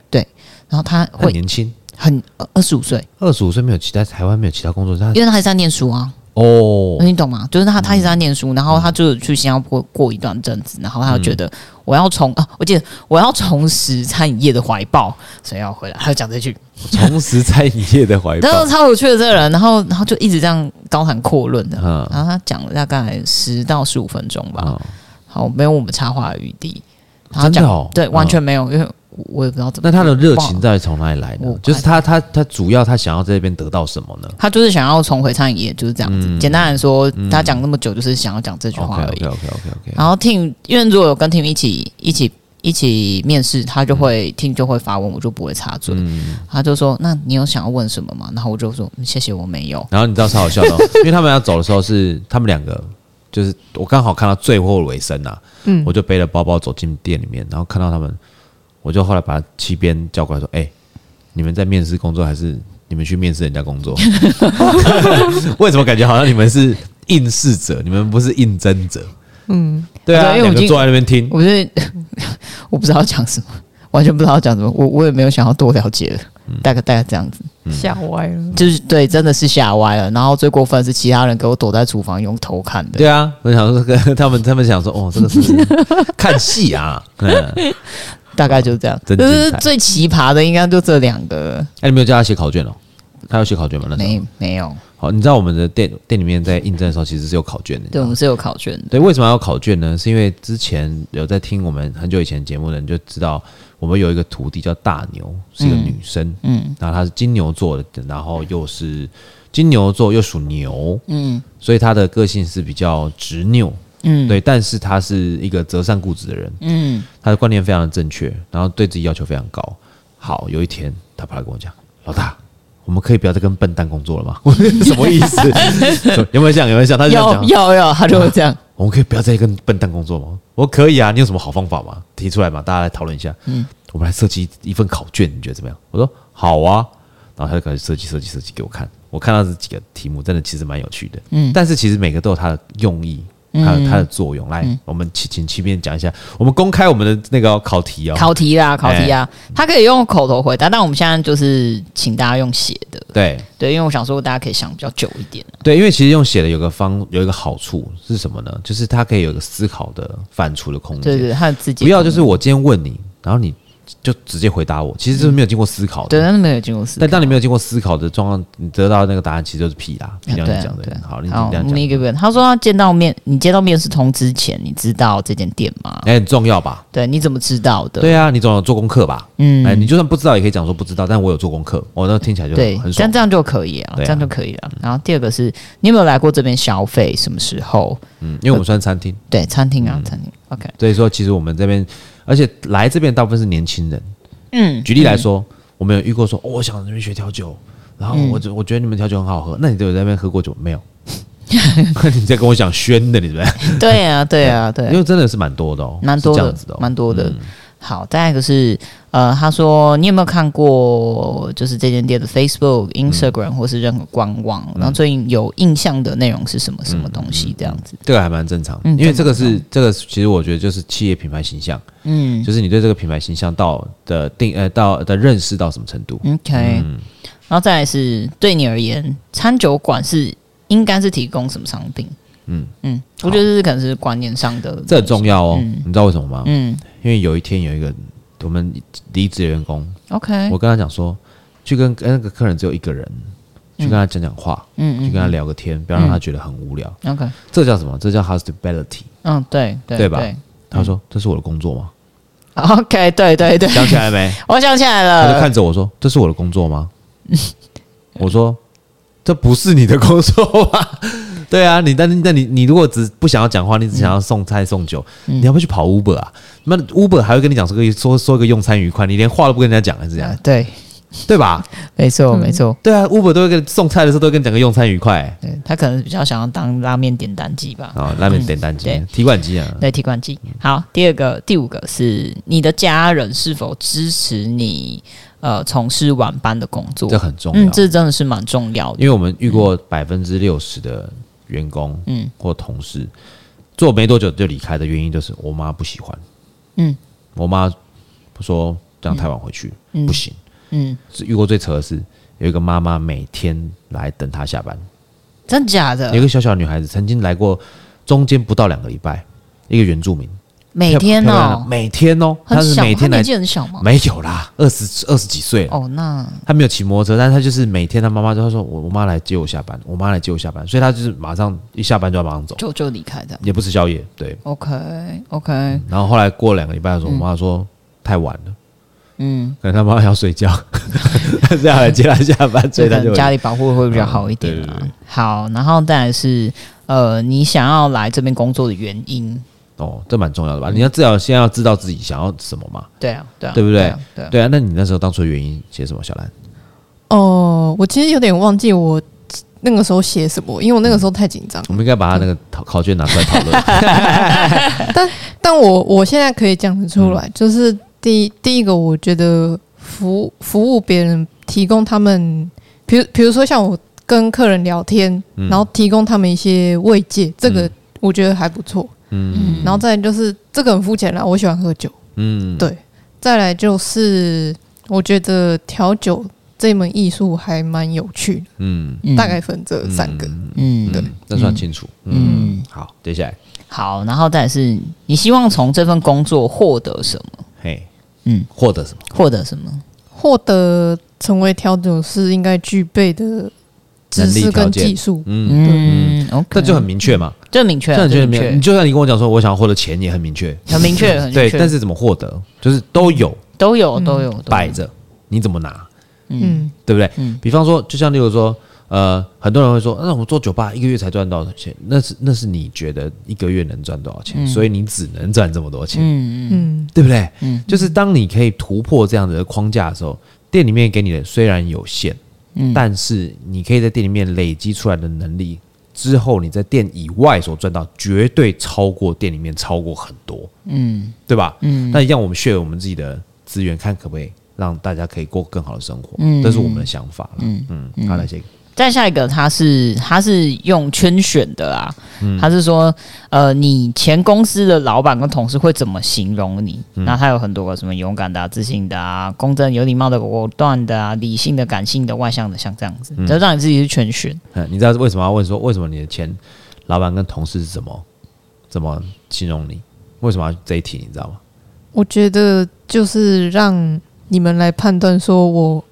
然后他
很
会
年轻，
很呃二十五岁，
二十五岁没有其他台湾没有其他工作，他
因为他还在念书啊，
哦，
你懂吗？就是他他一直在念书，然后他就去新加坡过一段阵子，然后他就觉
嗯
得我要重啊，我记得我要重拾餐饮业的怀抱，所以要回来。他就讲这句，
重拾餐饮业的怀
然后
抱，
超有趣的这个人，然后然后就一直这样高谈阔论的，
嗯
然后他讲了大概十到十五分钟吧，
啊，
好，没有我们插话的余地。然后
真的
讲
哦，
对，完
嗯。
全没有，因为我也不知道怎么。
那他的热情
忘了，
到底从哪里来的
我？
就是他他他主要他想要在这边得到什么呢
他就是想要重回餐饮业，就是这样子。
嗯
简单来说，他讲那么久就是想要讲这句话
？OK
而已
OK。OK OK OK，
然后 team 因为如果有跟 team 一起一起一起面试，他
嗯
就会、team 就会发问，我就不会插嘴。他就说：“那你有想要问什么吗？”然后我就说：“嗯谢谢，我没有。
然后你知道超好笑的哦，因为他们要走的时候是他们两个，就是我刚好看到最后尾声呐、
嗯
我就背了包包走进店里面，然后看到他们，我就后来把七边叫过来说：“哎、你们在面试工作还是你们去面试人家工作？ 为什么感觉好像你们是应试者，你们不是应征者？”
嗯，
对啊，
对因为我
两
已
个
经
坐在那边听”，
我就是 我不知道讲什么，完全不知道讲什么，我我也没有想要多了解了。
嗯
大概大概这样子，
吓歪了。
就是对，真的是吓歪了。然后最过分是其他人给我躲在厨房用偷看的，
对啊，我想说跟他们，他们想说，哦，这个 是看戏啊。嗯，哎、
大概就这样。
真
就
精
是
彩
最奇葩的，应该就这两个。
哎你没有叫他写考卷哦？他有写考卷吗？那时候
没没有，
好，你知道我们的店店里面在应征的时候其实是有考卷的。
对我们是有考卷的，
对，为什么要考卷呢？是因为之前有在听我们很久以前节目的人就知道，我们有一个徒弟叫大牛，是一个女生，
嗯
然后她是金牛座的，然后又是金牛座又属牛，
嗯
所以她的个性是比较执拗，
嗯，
对，但是她是一个择善固执的人，
嗯，
她的观念非常的正确，然后对自己要求非常高。好，有一天她跑来跟我讲，老大。我们可以不要再跟笨蛋工作了吗？ 我说什么意思？有没有像？有没有像？他就这样
有
讲。
有有，他就会 这样，
我们可以不要再跟笨蛋工作吗？我说可以啊，你有什么好方法吗？提出来嘛，大家来讨论一下。嗯，我们来设计一份考卷，你觉得怎么样？我说好啊，然后他就开始设计设计设计给我看。我看到这几个题目，真的其实蛮有趣的。嗯，但是其实每个都有它的用意，
嗯
它有它的作用。来，我们请请七边讲一下，我们公开我们的那个考题哦。
考题啦，考题啦，他可以用口头回答，但我们现在就是请大家用写的，
对
对，因为我想说大家可以想比较久一点，啊
对，因为其实用写的有个方有一个好处是什么呢？就是它可以有一个思考的反刍的空间。
对对，他的自
嗯
己
不要就是我今天问你，然后你就直接回答我，其实就是没有经过思考的。
对，但是没有进入思考
但当你没有经过思考的状况，你得到那个答案其实就是屁啦。你这样讲
对啊对
的
啊，
好，你
好，
这
我
样
们
讲，
一个一个，他说他见到面，你接到面试通知前，你知道这间店吗？
哎，很重要吧？
对，你怎么知道的？
对啊，你总有做功课吧？
嗯
哎，你就算不知道也可以讲说不知道，但我有做功课，我那听起来就
对，
很
这
爽
样。这样就可以啊，
对
这
啊
样就可以了。然后第二个是你有没有来过这边消费？什么时候？
嗯，因为我们算餐厅，
对，餐厅
嗯
啊，餐厅。OK，
所以说其实我们这边，而且来这边大部分是年轻人。
嗯，
举例来说，我们有遇过说，哦，我想那边学调酒，然后
嗯
我觉我觉得你们调酒很好喝，那你都有在那边喝过酒没有？ 你在跟我讲宣的，你对不对？
对啊，对啊，对啊
因，为真的是蛮多的哦，
蛮多
是这
的
样子的、，哦。
蛮多的。好，再一个是，呃，他说你有没有看过，就是这间店的 Facebook、Instagram、或
嗯
是任何官网，然后最近有印象的内容
嗯
是什么什么东西这样子？
这个还蛮正常，
嗯
因为这个是这个，其实我觉得就是企业品牌形象，
嗯
就是你对这个品牌形象到的定呃到的认识到什么程度。
嗯，OK。然
嗯
后再来是对你而言，餐酒馆是应该是提供什么商品？嗯嗯，我觉得这是可能是观念上的，
这很重要哦，你知道为什么吗？
嗯
因为有一天有一个我们离职的员工，
，OK，
我跟他讲说，去跟呃跟那个客人只有一个人，去跟他讲讲话，去
嗯
跟他聊个天，不要让他觉得很无聊。
嗯，OK，
这叫什么？这叫 hospitality。
嗯，对对
对吧他
嗯
说：“这是我的工作吗？
？OK，对对对，
想起来没？”
我想起来
他就
了，
看着我说：“这是我的工作吗？” 我说：“这不是你的工作吧？” 对啊，你但但你你如果只不想要讲话，你只想要送菜送酒，
嗯
你要不要去跑 Uber 啊？那 Uber 还会跟你讲说个说说个用餐愉快，你连话都不跟人家讲，还是这样
啊对，
对吧？
没错没错。
对啊，Uber 都会跟送菜的时候都会跟你讲个用餐愉快欸
对他可能比较想要当拉面点单机吧，
啊，拉面点单机
对、
提款机啊，
对，提款机。好，第二个、第五个是你的家人是否支持你呃从事晚班的工作
这？很重
嗯
要，，
这真的是蛮重要的。
因为我们遇过百分之六十的员工
嗯
或同事做没多久就离开的原因，就是我妈不喜欢。
嗯
我妈说这样太晚回去、
嗯
不行。
嗯，
是遇过最扯的是，有一个妈妈每天来等她下班。
真假
有一
的？
个小小女孩子曾经来过，中间不到两个礼拜，一个原住民，
每天
漂漂亮
哦
亮，每天哦，她
很
是
小，
每
他
天来
年，纪很小吗？
没有啦，二十二十几岁了。
哦，那
她没有骑摩托车，但是她就是每天她妈妈就她说我我妈来接我下班，我妈来接我下班，所以她就是马上一下班就要马上走，
就就离开的。嗯
也不吃宵夜，对。
OK OK，
然后后来过两个礼拜的时候，我妈说太晚了。
嗯，
可能他妈要睡觉，他是要来接他下班，所
这
以
可
他就
能家里保护会比较好一点
嗯对
啊
对对。
好，然后再来是呃，你想要来这边工作的原因。
哦，这蛮重要的吧？你要至少先要知道自己想要什么嘛，
对啊，对啊，
对不对
啊？对啊，
对啊。那你那时候当初的原因写什么？小兰，
哦，我其实有点忘记我那个时候写什么，因为我那个时候太紧张了
我。们应该把他那个考考卷拿出来讨论。
但我我现在可以讲得出
嗯
来，就是第一第一个，我觉得服服务别人，提供他们，比如比如说像我跟客人聊天，
嗯
然后提供他们一些慰藉，这个我觉得还不错。
嗯
然后再来就是这个很肤浅啦，我喜欢喝酒。
嗯，
对再来就是我觉得调酒这门艺术还蛮有趣的，
嗯，
嗯
大概分这三个。
嗯，
嗯，
对，那算清楚。嗯，
嗯，
好，接下来，
好，然后再来是你希望从这份工作获得什么？
嘿，
嗯，
获得什么？
获得什么？
获得成为调酒师应该具备的知
能力
识
条
跟
件
技术。
嗯，
嗯，OK，
这就很明确嘛，
就很明确
这
啊，
很
就很
明
明
确。你
确，
就算你跟我讲说我想要获得钱，也很明确，
很明确，很明
对，
确，
但是怎么获得，就是都有
都有都有都有
嗯摆着，你怎么拿，
嗯，
对不对？
嗯
比方说，就像例如说，呃，很多人会说，那我做酒吧一个月才赚多少钱？那是那是你觉得一个月能赚多少
嗯
钱，所以你只能赚这么多钱，
嗯嗯
嗯，
对不对？就是当你可以突破这样子的框架的时候，店里面给你的虽然有限，
嗯，
但是你可以在店里面累积出来的能力。之后你在店以外所赚到，绝对超过店里面超过很多，
嗯
对吧？
嗯
那一样，我们 share 我们自己的资源，看可不可以让大家可以过更好的生活，
嗯
这是我们的想法啦。嗯嗯，好，来这个，
再下一个，他是他是用圈选的啊，
嗯
他是说，呃，你前公司的老板跟同事会怎么形容你？
嗯
那他有很多个什么勇敢的、啊、自信的啊、公正、有礼貌的、果断的啊、理性的、感性的、外向的，像这样子，就让你自己去圈选。
嗯，你知道为什么要问说为什么你的前老板跟同事是怎么怎么形容你？为什么要这一题？你知道吗？
我觉得就是让你们来判断说我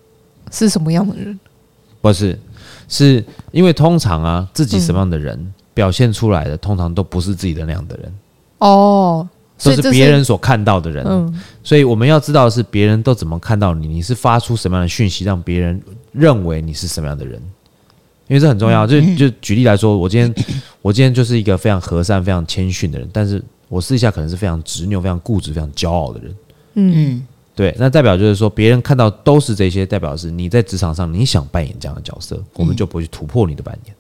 是什么样的人。
不是，是因为通常啊，自己什么样的人、表现出来的，通常都不是自己的那样的人，
哦，
都
所以
是
这
别人所看到的人。
嗯
所以我们要知道的是别人都怎么看到你，你是发出什么样的讯息，让别人认为你是什么样的人，因为这很重要。就
嗯
就举例来说，我今天 我今天就是一个非常和善、非常谦逊的人，但是我私底下可能是非常执拗、非常固执、非常骄傲的人。
嗯
嗯
对，那代表就是说，别人看到都是这些，代表是你在职场上你想扮演这样的角色，我
嗯
们就不会去突破你的扮演，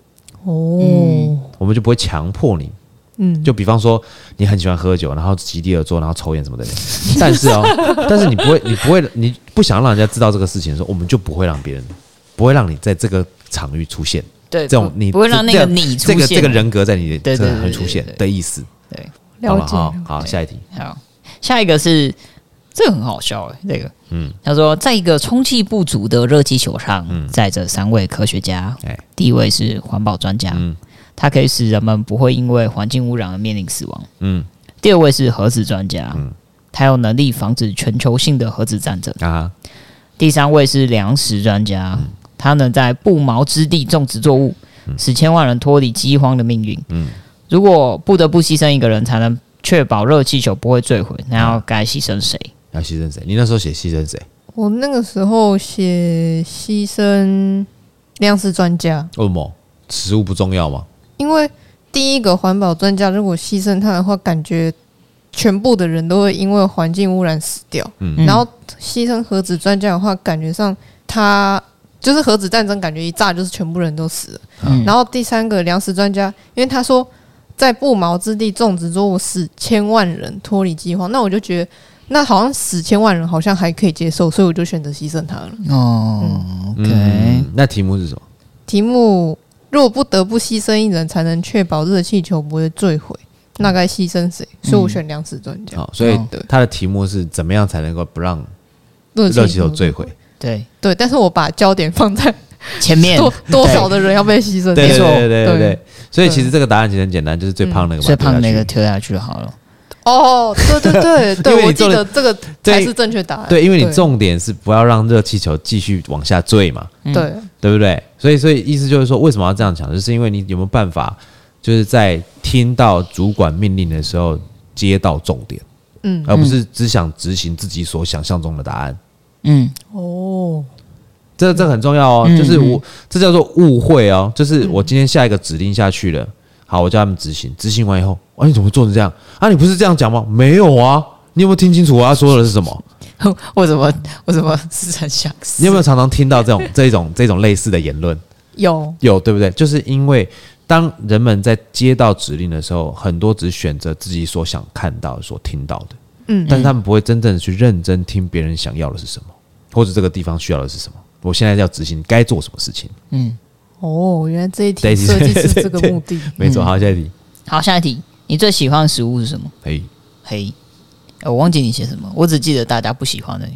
哦
我们就不会强迫你。
嗯，
就比方说，你很喜欢喝酒，然后席地而坐，然后抽烟什么的， 但是哦，但是你不会，你不会，你不想让人家知道这个事情的时候，我们就不会让别人，不会让你在这个场域出现，
对，
这种
不
你
不会让那
这
个
样
你出
这
现
个这个人格在你
对
的
对对
这会出现
对对
的意思，
对。
好
了
了
解
哈
了。。
好，下一题，
好，下一个是这个很好笑哎、这个，嗯，他说，在一个充气不足的热气球上，载着三位科学家，
嗯哎
第一位是环保专家，
嗯
它可以使人们不会因为环境污染而面临死亡；
嗯
第二位是核子专家，他有能力防止全球性的核子战争；
啊，
第三位是粮食专家，
嗯
他能在不毛之地种植作物，使千万人脱离饥荒的命运。
嗯
如果不得不牺牲一个人才能确保热气球不会坠毁，那要该牺牲谁？
要牺牲谁？你那时候写牺牲谁？
我那个时候写牺牲粮食专家，
为什么食物不重要吗？
因为第一个环保专家如果牺牲他的话，感觉全部的人都会因为环境污染死掉。
嗯
然后牺牲核子专家的话，感觉上他就是核子战争，感觉一炸就是全部人都死了。
嗯
然后第三个粮食专家，因为他说在不毛之地种植作物，使千万人脱离饥荒，那我就觉得那好像死千万人好像还可以接受，所以我就选择牺牲他了。
哦，OK，
嗯，那题目是什么？
题目：若不得不牺牲一人才能确保热气球不会坠毁，那该牺牲谁？所以我选粮食专家。
好，所以
哦
对
它的题目是怎么样才能够不让
热
热气球坠毁？
对，
对，但是我把焦点放在
前 面
多多少的人要被牺牲。
对
没
对
错
对对对
对嗯
对，所以其实这个答案其实很简单，就是最胖那个嘛，
最胖
对
那个
下去
跳下去好了。
哦，对对
因为
对对，
你
我记
中了
得这个才是正确答案。
对，因为你重点是不要让热气球继续往下坠嘛，
嗯
对，
对不对？所以所以意思就是说，为什么要这样讲？就是因为你有没有办法，就是在听到主管命令的时候接到重点，
嗯，
而不是只想执行自己所想象中的答案。
嗯，
哦，
这这很重要哦，
嗯
就是
嗯
我这叫做误会哦，就是我今天下一个指令下去了，好，我叫他们执行，执行完以后，啊，你怎么会做成这样？啊，你不是这样讲吗？没有啊，你有没有听清楚我要说的是什么？
我怎么我怎么是很想死？
你有没有常常听到这种 这种这种类似的言论？
有，
有对不对？就是因为当人们在接到指令的时候，很多只选择自己所想看到、所听到的，
嗯
但是他们不会真正的去认真听别人想要的是什么，或者这个地方需要的是什么。我现在要执行该做什么事情？
嗯，
哦，原来这一
这一题
题设计是这个目的。
没
嗯
错，好，下一题。
好，下一题，你最喜欢的食物是什么？
哎，
嘿，呃我忘记你写什么，我只记得大家不喜欢的。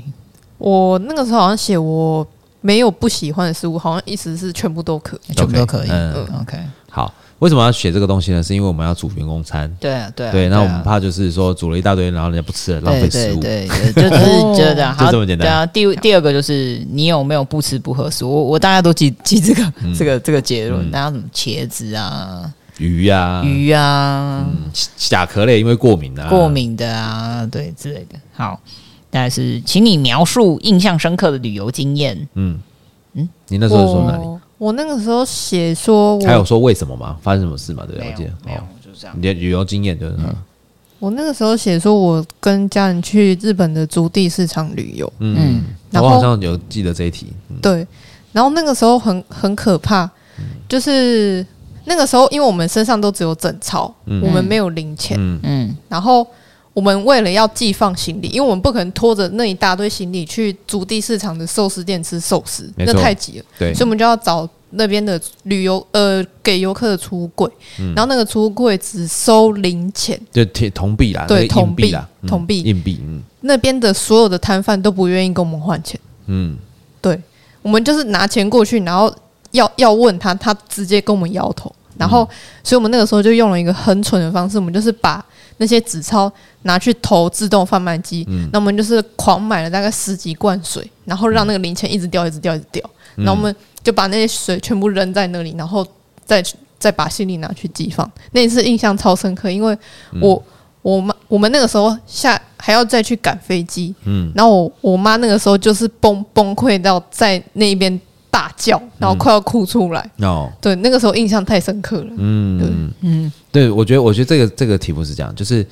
我那个时候好像写我没有不喜欢的食物，好像意思是全部都可以。
全部都可以。
嗯
OK，
好，为什么要写这个东西呢？是因为我们要煮员工餐。
对啊，对啊，
对，那
啊
我们怕就是说煮了一大堆，然后人家不吃了，浪费食物。
对对对，对就是
哦
就是这样，
就这么简单
对啊，第第二个就是你有没有不吃不喝素？我我大家都记记这个、
嗯
这个这个结论，大家什么茄子啊、
鱼啊，
鱼啊、
嗯甲壳类因为过敏啊，
过敏的啊，对之类的。好，但是请你描述印象深刻的旅游经验。
你那时候说哪
哦
里？
我我那个时候写说
还有
我
说为什么吗？发生什么事嘛？对不
没
对？我记
有
得
没有嗯
哦，，
就这样。
你的旅游经验就是嗯
我那个时候写说我跟家人去日本的足地市场旅游，
嗯
嗯，
我
然后
好像有记得这一题，
对，然后那个时候很很可怕，
嗯
就是那个时候因为我们身上都只有整钞，我们没有零钱，
嗯，
嗯，
然后我们为了要寄放行李，因为我们不可能拖着那一大堆行李去足地市场的寿司店吃寿司，
没
那
错
太挤了，
对
所以我们就要找那边的旅游呃给游客的储物柜，
嗯
然后那个储物柜只收零钱，
就铁铜币啦，
对
那个硬币啦，
铜币铜币
嗯硬币，嗯
那边的所有的摊贩都不愿意跟我们换钱，
嗯，
对我们就是拿钱过去，然后要要问他，他直接跟我们摇头。然后，所以我们那个时候就用了一个很蠢的方式，我们就是把那些纸钞拿去投自动贩卖机，那我们就是狂买了大概十几罐水，然后让那个零钱一直掉，一直掉，一直掉。然后我们就把那些水全部扔在那里，然后再去再把行李拿去寄放。那一次印象超深刻，因为我、我妈我们那个时候下还要再去赶飞机，然后我我妈那个时候就是崩崩溃到在那边大叫，然后快要哭出来。
哦，
对，那个时候印象太深刻了。
嗯嗯
嗯，
对，我觉得我觉得这个这个题目是这样，就是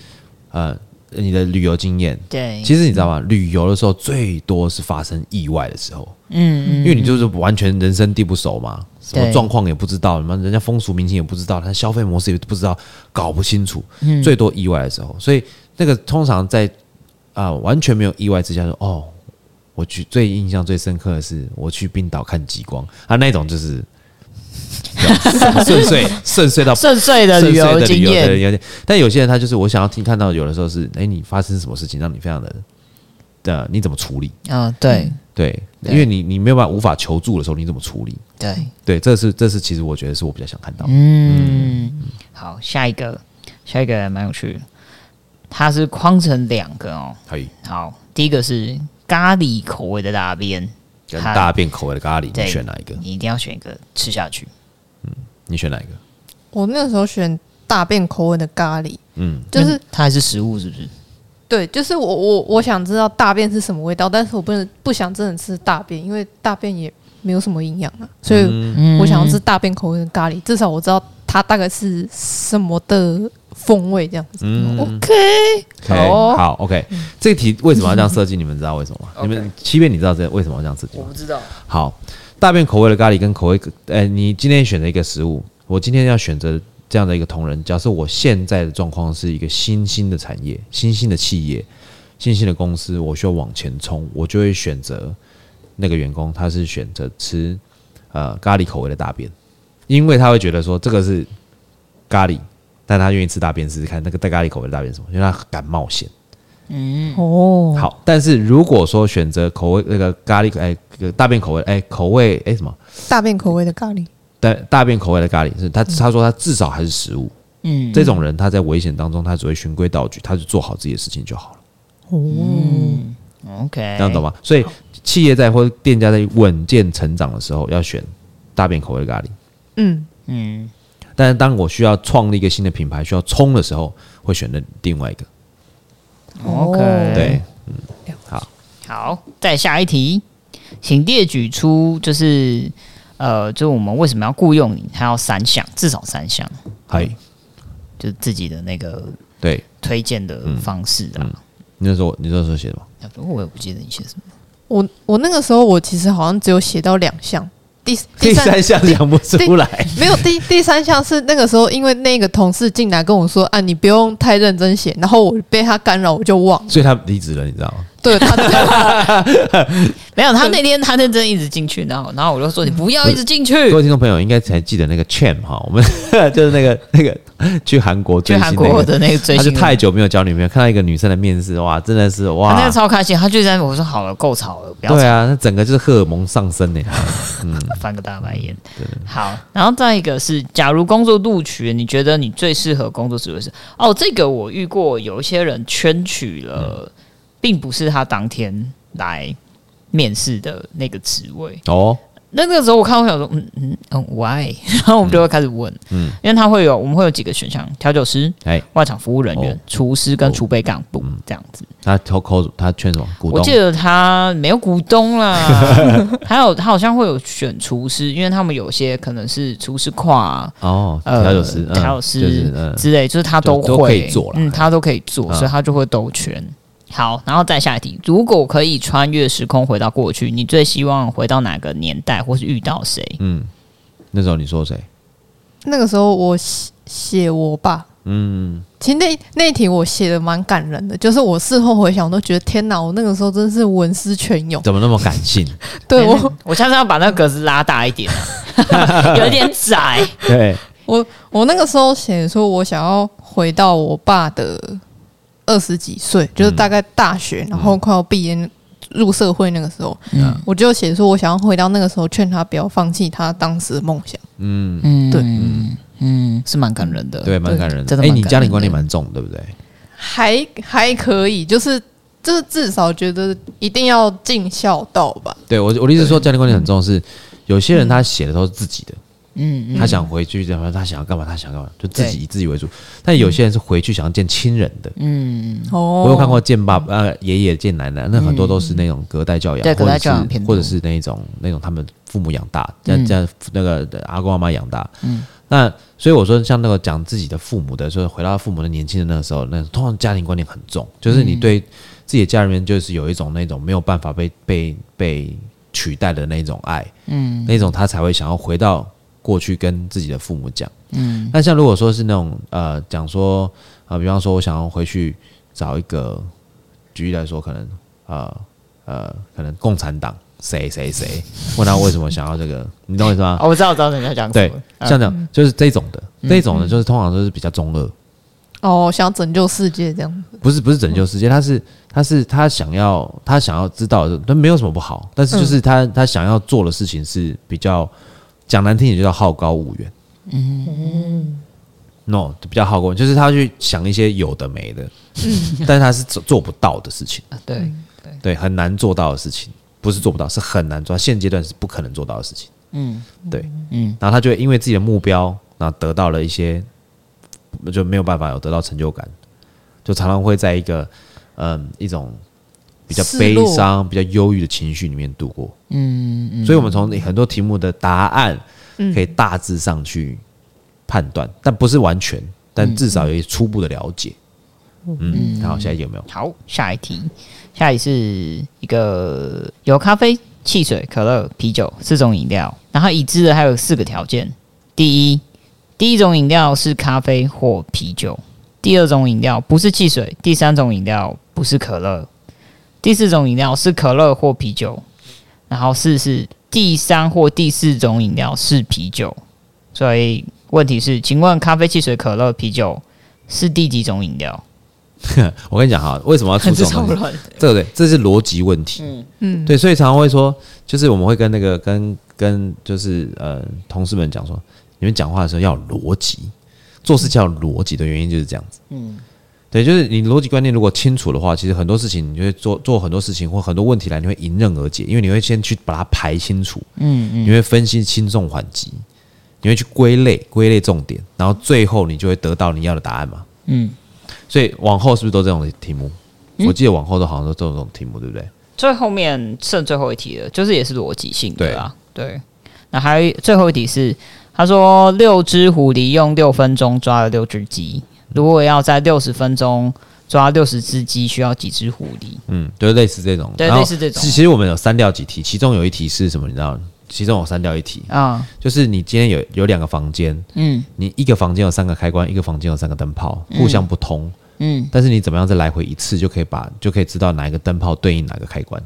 呃，你的旅游经验。
对，
其实你知道吗？旅游的时候最多是发生意外的时候，
嗯
因为你就是完全人生地不熟嘛，什么
对
状况也不知道，什么人家风俗民情也不知道，他消费模式也不知道，搞不清楚，
嗯
最多意外的时候，所以那个通常在啊、完全没有意外之下说哦。我去最印象最深刻的是我去冰岛看极光，啊，那种就是 顺遂顺遂到
顺遂的
顺
旅
遂
游
的
经
旅游的
验，
有点。但有些人他就是我想要听看到，有的时候是，哎、你发生什么事情让你非常的的你怎么处理？
嗯，对
对，
对
因为你你没有办法无法求助的时候，你怎么处理？
对，
对，这是这是其实我觉得是我比较想看到的。
嗯，好，下一个，下一个蛮有趣的，它是框成两个哦。
可以
好，第一个是咖喱口味的大便，
跟
好
大便口味的咖喱，
对
你选哪一个？
你一定要选一个吃下去。
你选哪一个？
我那个时候选大便口味的咖喱，
嗯，
就是、
嗯它还是食物，是不是？
对，就是我我我想知道大便是什么味道，但是我不能不想真的吃大便，因为大便也没有什么营养啊，所以我想要吃大便口味的咖喱，至少我知道它大概是什么的风味这样子。OK，
OK，
好哦
好，OK，这题为什么要这样设计？你们知道为什么吗？你 们七月你知道这为什么要这样设计吗？
不知道。
好，大便口味的咖喱跟口味，呃，你今天选择一个食物，我今天要选择这样的一个同仁。假设我现在的状况是一个新兴的产业、新兴的企业、新兴的公司，我需要往前冲，我就会选择那个员工，他是选择吃呃咖喱口味的大便，因为他会觉得说这个是咖喱，但他愿意吃大便试试看那个带咖喱口味的大便是什么，因为他敢冒险。
哦，
好，但是如果说选择口味那个咖喱，哎、大便口味，哎、口味，哎、什么？
大便口味的咖喱，
大大便口味的咖喱，是他他说他至少还是食物。
嗯，
这种人他在危险当中，他只会循规蹈矩，他就做好自己的事情就好了，
OK，哎
这样懂吗？所以企业在或者店家在稳健成长的时候，要选大便口味的咖喱。
嗯，
嗯，
但是当我需要创立一个新的品牌，需要冲的时候，会选的另外一个。
OK
哦
对，
好，再下一题，请列举出就是呃，就我们为什么要雇佣你？它要三项，至少三项，
嗨，
就自己的那个
对，
推荐的方式啊。
嗯你那时候你那时候写的吗？
啊不过我也不记得你写什么。
我我那个时候我其实好像只有写到两项，第
第
三
三项讲不出 来，
没有第第三项是那个时候，因为那个同事进来跟我说啊，你不用太认真写，然后我被他干扰，我就忘了。
所以他离职了，你知道吗？
对他
没有，他那天他认真一直进去，然后然后我就说你不要一直进去，
各位听众朋友应该才记得那个 Cham 哈，我们 就是那个那个去韩国追星
去韩
那
国
个
的那个追
他就
星的，
太久没有啊交女朋友，看到一个女生的面试，哇，真的是
他
哇，
那个超开心，他就在那边我说好了，够吵了，不要
对
吵，
啊，那整个就是荷尔蒙上升呢。
翻个大白眼。好，然后再一个是，假如工作录取，你觉得你最适合工作职位是？哦，这个我遇过，有一些人圈取
嗯
了，并不是他当天来面试的那个职位，
哦，
那那个时候我看，我想说，嗯嗯嗯，why？然 后我们就会开始问，嗯，因为他会有，我们会有几个选项：调酒师、
哎，
外场服务人员、
哦嗯
厨师跟储备干部、这样子。
他投口他劝什么股
我
东
记？得他没有股 东啦，还有他好像会有选厨师，因为他们有些可能是厨师跨、
哦，
呃
调酒师，嗯
调酒
就是
师
嗯
之类，就是他都
就都可以
会
做啦
嗯，他都可以做，
嗯
所以他就会兜圈。好，然后再下一题，如果可以穿越时空回到过去，你最希望回到哪个年代，或是遇到谁？
嗯，那时候你说谁？
那个时候我写写我爸，嗯，其实那那一题我写的蛮感人的，就是我事后回想，我都觉得天哪，我那个时候真是文思泉涌。
怎么那么感 性？
对
欸那
我，
我下次要把那个格子拉大一点 啊，有点窄。
对，
我我那个时候写说，我想要回到我爸的二十几岁，就是大
嗯
概大学，然后快要毕业入社会那个时候，
嗯
我就写说我想要回到那个时候，劝他不要放弃他当时的梦想。
嗯，
嗯，
对
嗯嗯，是蛮感人的。
对，蛮感人的。
真的
哎，
蛮
你
感
家庭
人
观念
的
蛮重，对不对？
还还可以，就是就是至少觉得一定要尽孝道吧。
对我我的意思是说，
嗯
家庭观念很重是有些人他写的都是自己的，
嗯，嗯
他想回去，然后他想要干嘛，他想干嘛，就自己
对
以自己为主。但有些人是回去想要见亲人的。
嗯，
哦
我有看过见爸爸、呃爷爷见奶奶，那很多都是那种隔代教养，
嗯对
或者
隔代教养
是
偏多
或者是那种那种他们父母养大，这
嗯
样这样那个阿公阿妈养大。嗯，那所以我说，像那个讲自己的父母的，就是回到父母的年轻的那个时候，那通常家庭观念很重，就是你
嗯
对自己的家人面就是有一种那种没有办法被被被取代的那种爱，嗯，那种他才会想要回到过去跟自己的父母讲。嗯，那像如果说是那种呃讲说啊、呃比方说我想要回去找一个，举例来说，可能呃呃，可能共产党谁谁谁，问他为什么想要这个，你懂我意思吗？
哦我知道，我知道人家讲什
对
么，。
像这样就是这种的，这种的就是通常都是比较中二，
哦，想拯救世界这样子。
不是不是拯救世界，他是他是他想要他想要知道的，但没有什么不好，但是就是他、他想要做的事情是比较讲难听点就叫好高骛远，嗯，no 比较好高骛远，就是他去想一些有的没的，但是他是做做不到的事情，
对，
对，很难做到的事情，不是做不到，是很难做到，现阶段是不可能做到的事情，
嗯
对，
嗯，
然后他就会因为自己的目标，然后得到了一些，就没有办法有得到成就感，就常常会在一个嗯一种比较
失
悲
落
伤、比较忧郁的情绪里面度过。嗯嗯，所以我们从很多题目的答案可以大致上去判断，但不是完全，但至少有一初步的了解。嗯，然后下一题有没 有？
好，下一题，下一题是一个有咖啡、汽水、可乐、啤酒四种饮料，然后已知的还有四个条件：第一，第一种饮料是咖啡或啤酒；第二种饮料不是汽水；第三种饮料不是可乐；第四种饮料是可乐或啤酒。然后四是第三或第四种饮料是啤酒，所以问题是，请问咖啡、汽水、可乐、啤酒是第几种饮料？
我跟你讲哈，为 什么要出这种东西？
乱。
这个对，这是逻辑问题。嗯嗯，对，所以常常会说，就是我们会跟那个跟跟就是呃同事们讲说，你们讲话的时候要有逻辑，做事情要有逻辑的原因就是这样子。嗯，对，就是你逻辑观念如果清楚的话，其实很多事情你就会做做很多事情或很多问题来，你会迎刃而解，因为你会先去把它排清楚，
嗯
你会分析轻重缓急，你会去归类归类重点，然后最后你就会得到你要的答案嘛。
嗯，
所以往后是不是都这种题目？我记得往后都好像都这种题目，对不对？
最后面剩最后一题了，就是也是逻辑性的啦。对，那还有一最后一题是，他说六只狐狸用六分钟抓了六只鸡，如果要在六十分钟抓六十只鸡，需要几只狐狸？
嗯，就是类似这种，
对
然后
类似这种
其其实我们有删掉几题，其中有一题是什么？你知道？其中我删掉一题，
啊，
就是你今天有有两个房间，
嗯
你一个房间有三个开关，一个房间有三个灯泡，互相不通，
嗯，
但是你怎么样再来回一次，就可以把就可以知道哪一个灯泡对应哪个开关。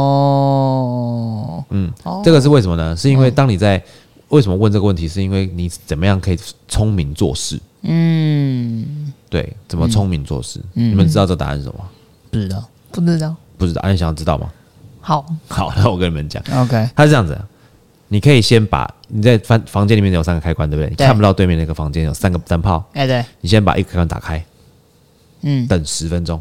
哦，
嗯，
哦
这个是为什么呢？是因为当你在为什么问这个问题，是因为你怎么样可以聪明做事？
嗯，
对，怎么聪明做事？你们知道这答案是什么吗？
不知道。
不知道。
不知道，啊你想要知道吗？
好，
好，那我跟你们讲，
OK，
它是这样子的，你可以先把你在房房间里面有三个开关，对不对？你
对
看不到对面那个房间有三个灯泡，
哎、对，
你先把一个开关打开，
嗯，
等十分钟，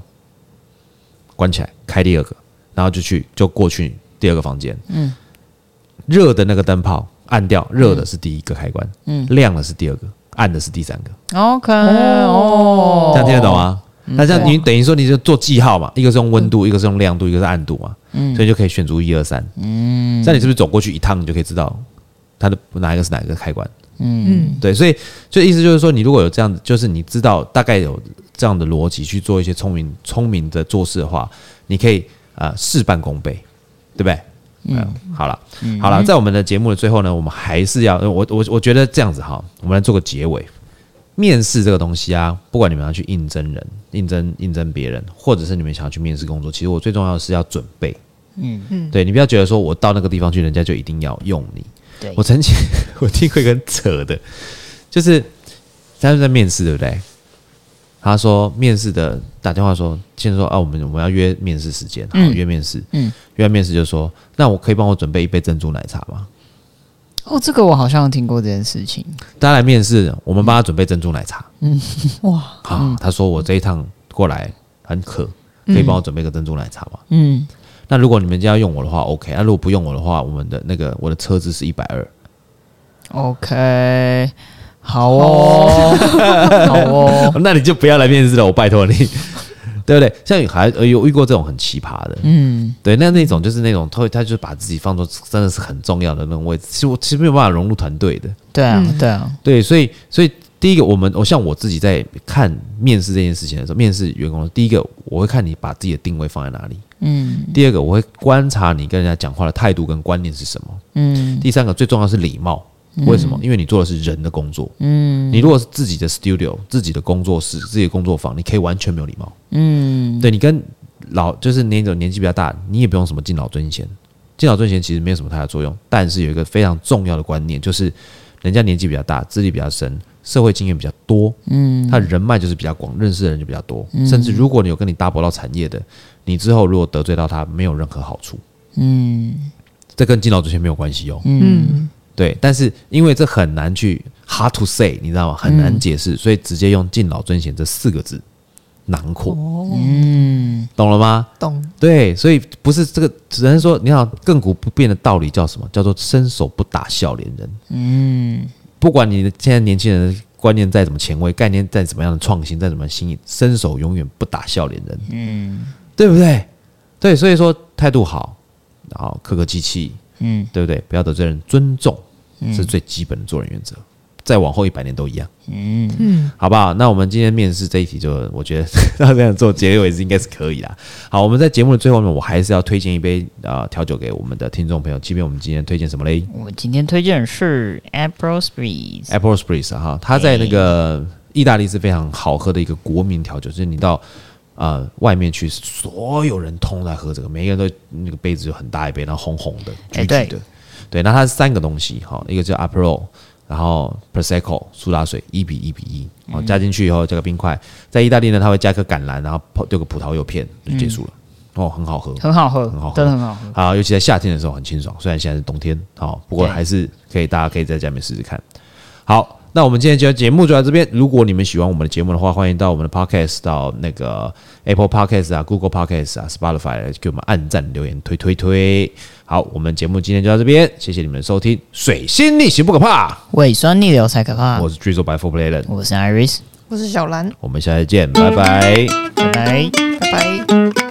关起来，开第二个，然后就去就过去第二个房间，嗯，热的那个灯泡按掉，热的是第一个开关，嗯，亮的是第二个，暗的是第三个，
OK，哦，
这样听得懂？吗？那这样你等于说你就做记号嘛，一个是用温度，一个是用亮度，一个是暗度嘛，所以就可以选出一二三，嗯，这样你是不是走过去一趟，你就可以知道它的哪一个是哪一个开关？
嗯，
对，所以就意思就是说，你如果有这样子，就是你知道大概有这样的逻辑去做一些聪明聪明的做事的话，你可以呃事半功倍，对不对？嗯，好了，好了，在我们的节目的最后呢，我们还是要呃我我我觉得这样子哈，我们来做个结尾。面试这个东西啊，不管你们要去应征人、应征应征别人，或者是你们想要去面试工作，其实我最重要的是要准备。嗯嗯，对你不要觉得说我到那个地方去，人家就一定要用你。
对
我曾经 我听过一个很扯的，就是他们在面试，对不对？他说面试的打电话说，先说啊，我们我们要约面试时间，好、
嗯
约面试，
嗯
约完面试就说，那我可以帮我准备一杯珍珠奶茶吗？
哦，这个我好像听过这件事情。
大家来面试，我们帮他准备珍珠奶茶。
哇，
啊，
嗯
他说我这一趟过来很渴，可以帮我准备个珍珠奶茶吗？
嗯，
那如果你们今天要用我的话，OK；那、如果不用我的话，我们的那个我的车资是一百二。
OK，好 哦，好哦，
那你就不要来面试了，我拜托你， 对不对？像还呃有遇过这种很奇葩的，
嗯，
对，那那种就是那种他会他就是把自己放做真的是很重要的那种位置，其实我其实没有办法融入团队的，
对啊，对啊，
对，所以所以第一个我们我像我自己在看面试这件事情的时候，面试员工第一个我会看你把自己的定位放在哪里，
嗯
第二个我会观察你跟人家讲话的态度跟观念是什么，
嗯
第三个最重要是礼貌。为什么？因为你做的是人的工作。嗯，你如果是自己的 studio、自己的工作室、自己的工作坊，你可以完全没有礼貌。
嗯，
对你跟老就是那种年纪比较大，你也不用什么敬老尊贤，敬老尊贤其实没有什么太大作用。但是有一个非常重要的观念，就是人家年纪比较大，资历比较深，社会经验比较多，嗯，他人脉就是比较广，认识的人就比较多。甚至如果你有跟你搭博到产业的，你之后如果得罪到他，没有任何好处。
嗯
这跟敬老尊贤没有关系哦。
嗯，
对，但是因为这很难去 hard to say，你知道吗？很难解释，所以直接用敬老尊贤这四个字囊括，
嗯，
懂了吗？
懂，
对，所以不是这个，只能说你想亘古不变的道理叫什么？叫做伸手不打笑脸人。嗯，不管你的现在年轻人的观念再怎么前卫，概念再怎么样的创新，再怎么新颖，伸手永远不打笑脸人。嗯，对不对？对，所以说态度好，然后客客气气，
嗯，
对不对？不要得罪人，尊重是最基本的做人原则。再往后一百年都一样，
嗯，
好不好？那我们今天面试这一题就，我觉得 要这样做结尾是应该是可以啦。好，我们在节目的最后面，我还是要推荐一杯呃调酒给我们的听众朋友。即便我们今天推荐什么嘞
我今天推荐的是 April Breeze，
，Apple Spritz 哈，它在那个
哎
意大利是非常好喝的一个国民调酒，就是你到呃外面去，所有人通在喝这个，每个人都那个杯子就很大一杯，然后红红的、橘
哎
橘的。
对
对，那它是三个东西哈，一个叫 Aperol，然后 Prosecco 苏打水一比一比一，
嗯
哦，加进去以后加个冰块，在意大利呢，它会加颗橄榄，然后泡丢个葡萄柚片就结束了，
嗯
哦，很好喝。
很好喝
很好，喝
真的很好喝。
啊，尤其在夏天的时候很清爽，虽然现在是冬天，好、不过
对
还是可以，大家可以在家里面试试看。好，那我们今天就节目就到这边。如果你们喜欢我们的节目的话，欢迎到我们的 Podcast，到那个 Apple Podcast 啊、Google Podcast 啊、Spotify 来给我们按赞、留言、推推推。好，我们节目今天就到这边，谢谢你们的收听。水星逆行不可怕，
胃酸逆流才可怕。
我是巨兽白富 Play 人，
我是 Iris，
我是小兰，
我们下次见，拜拜。
拜拜。
拜拜。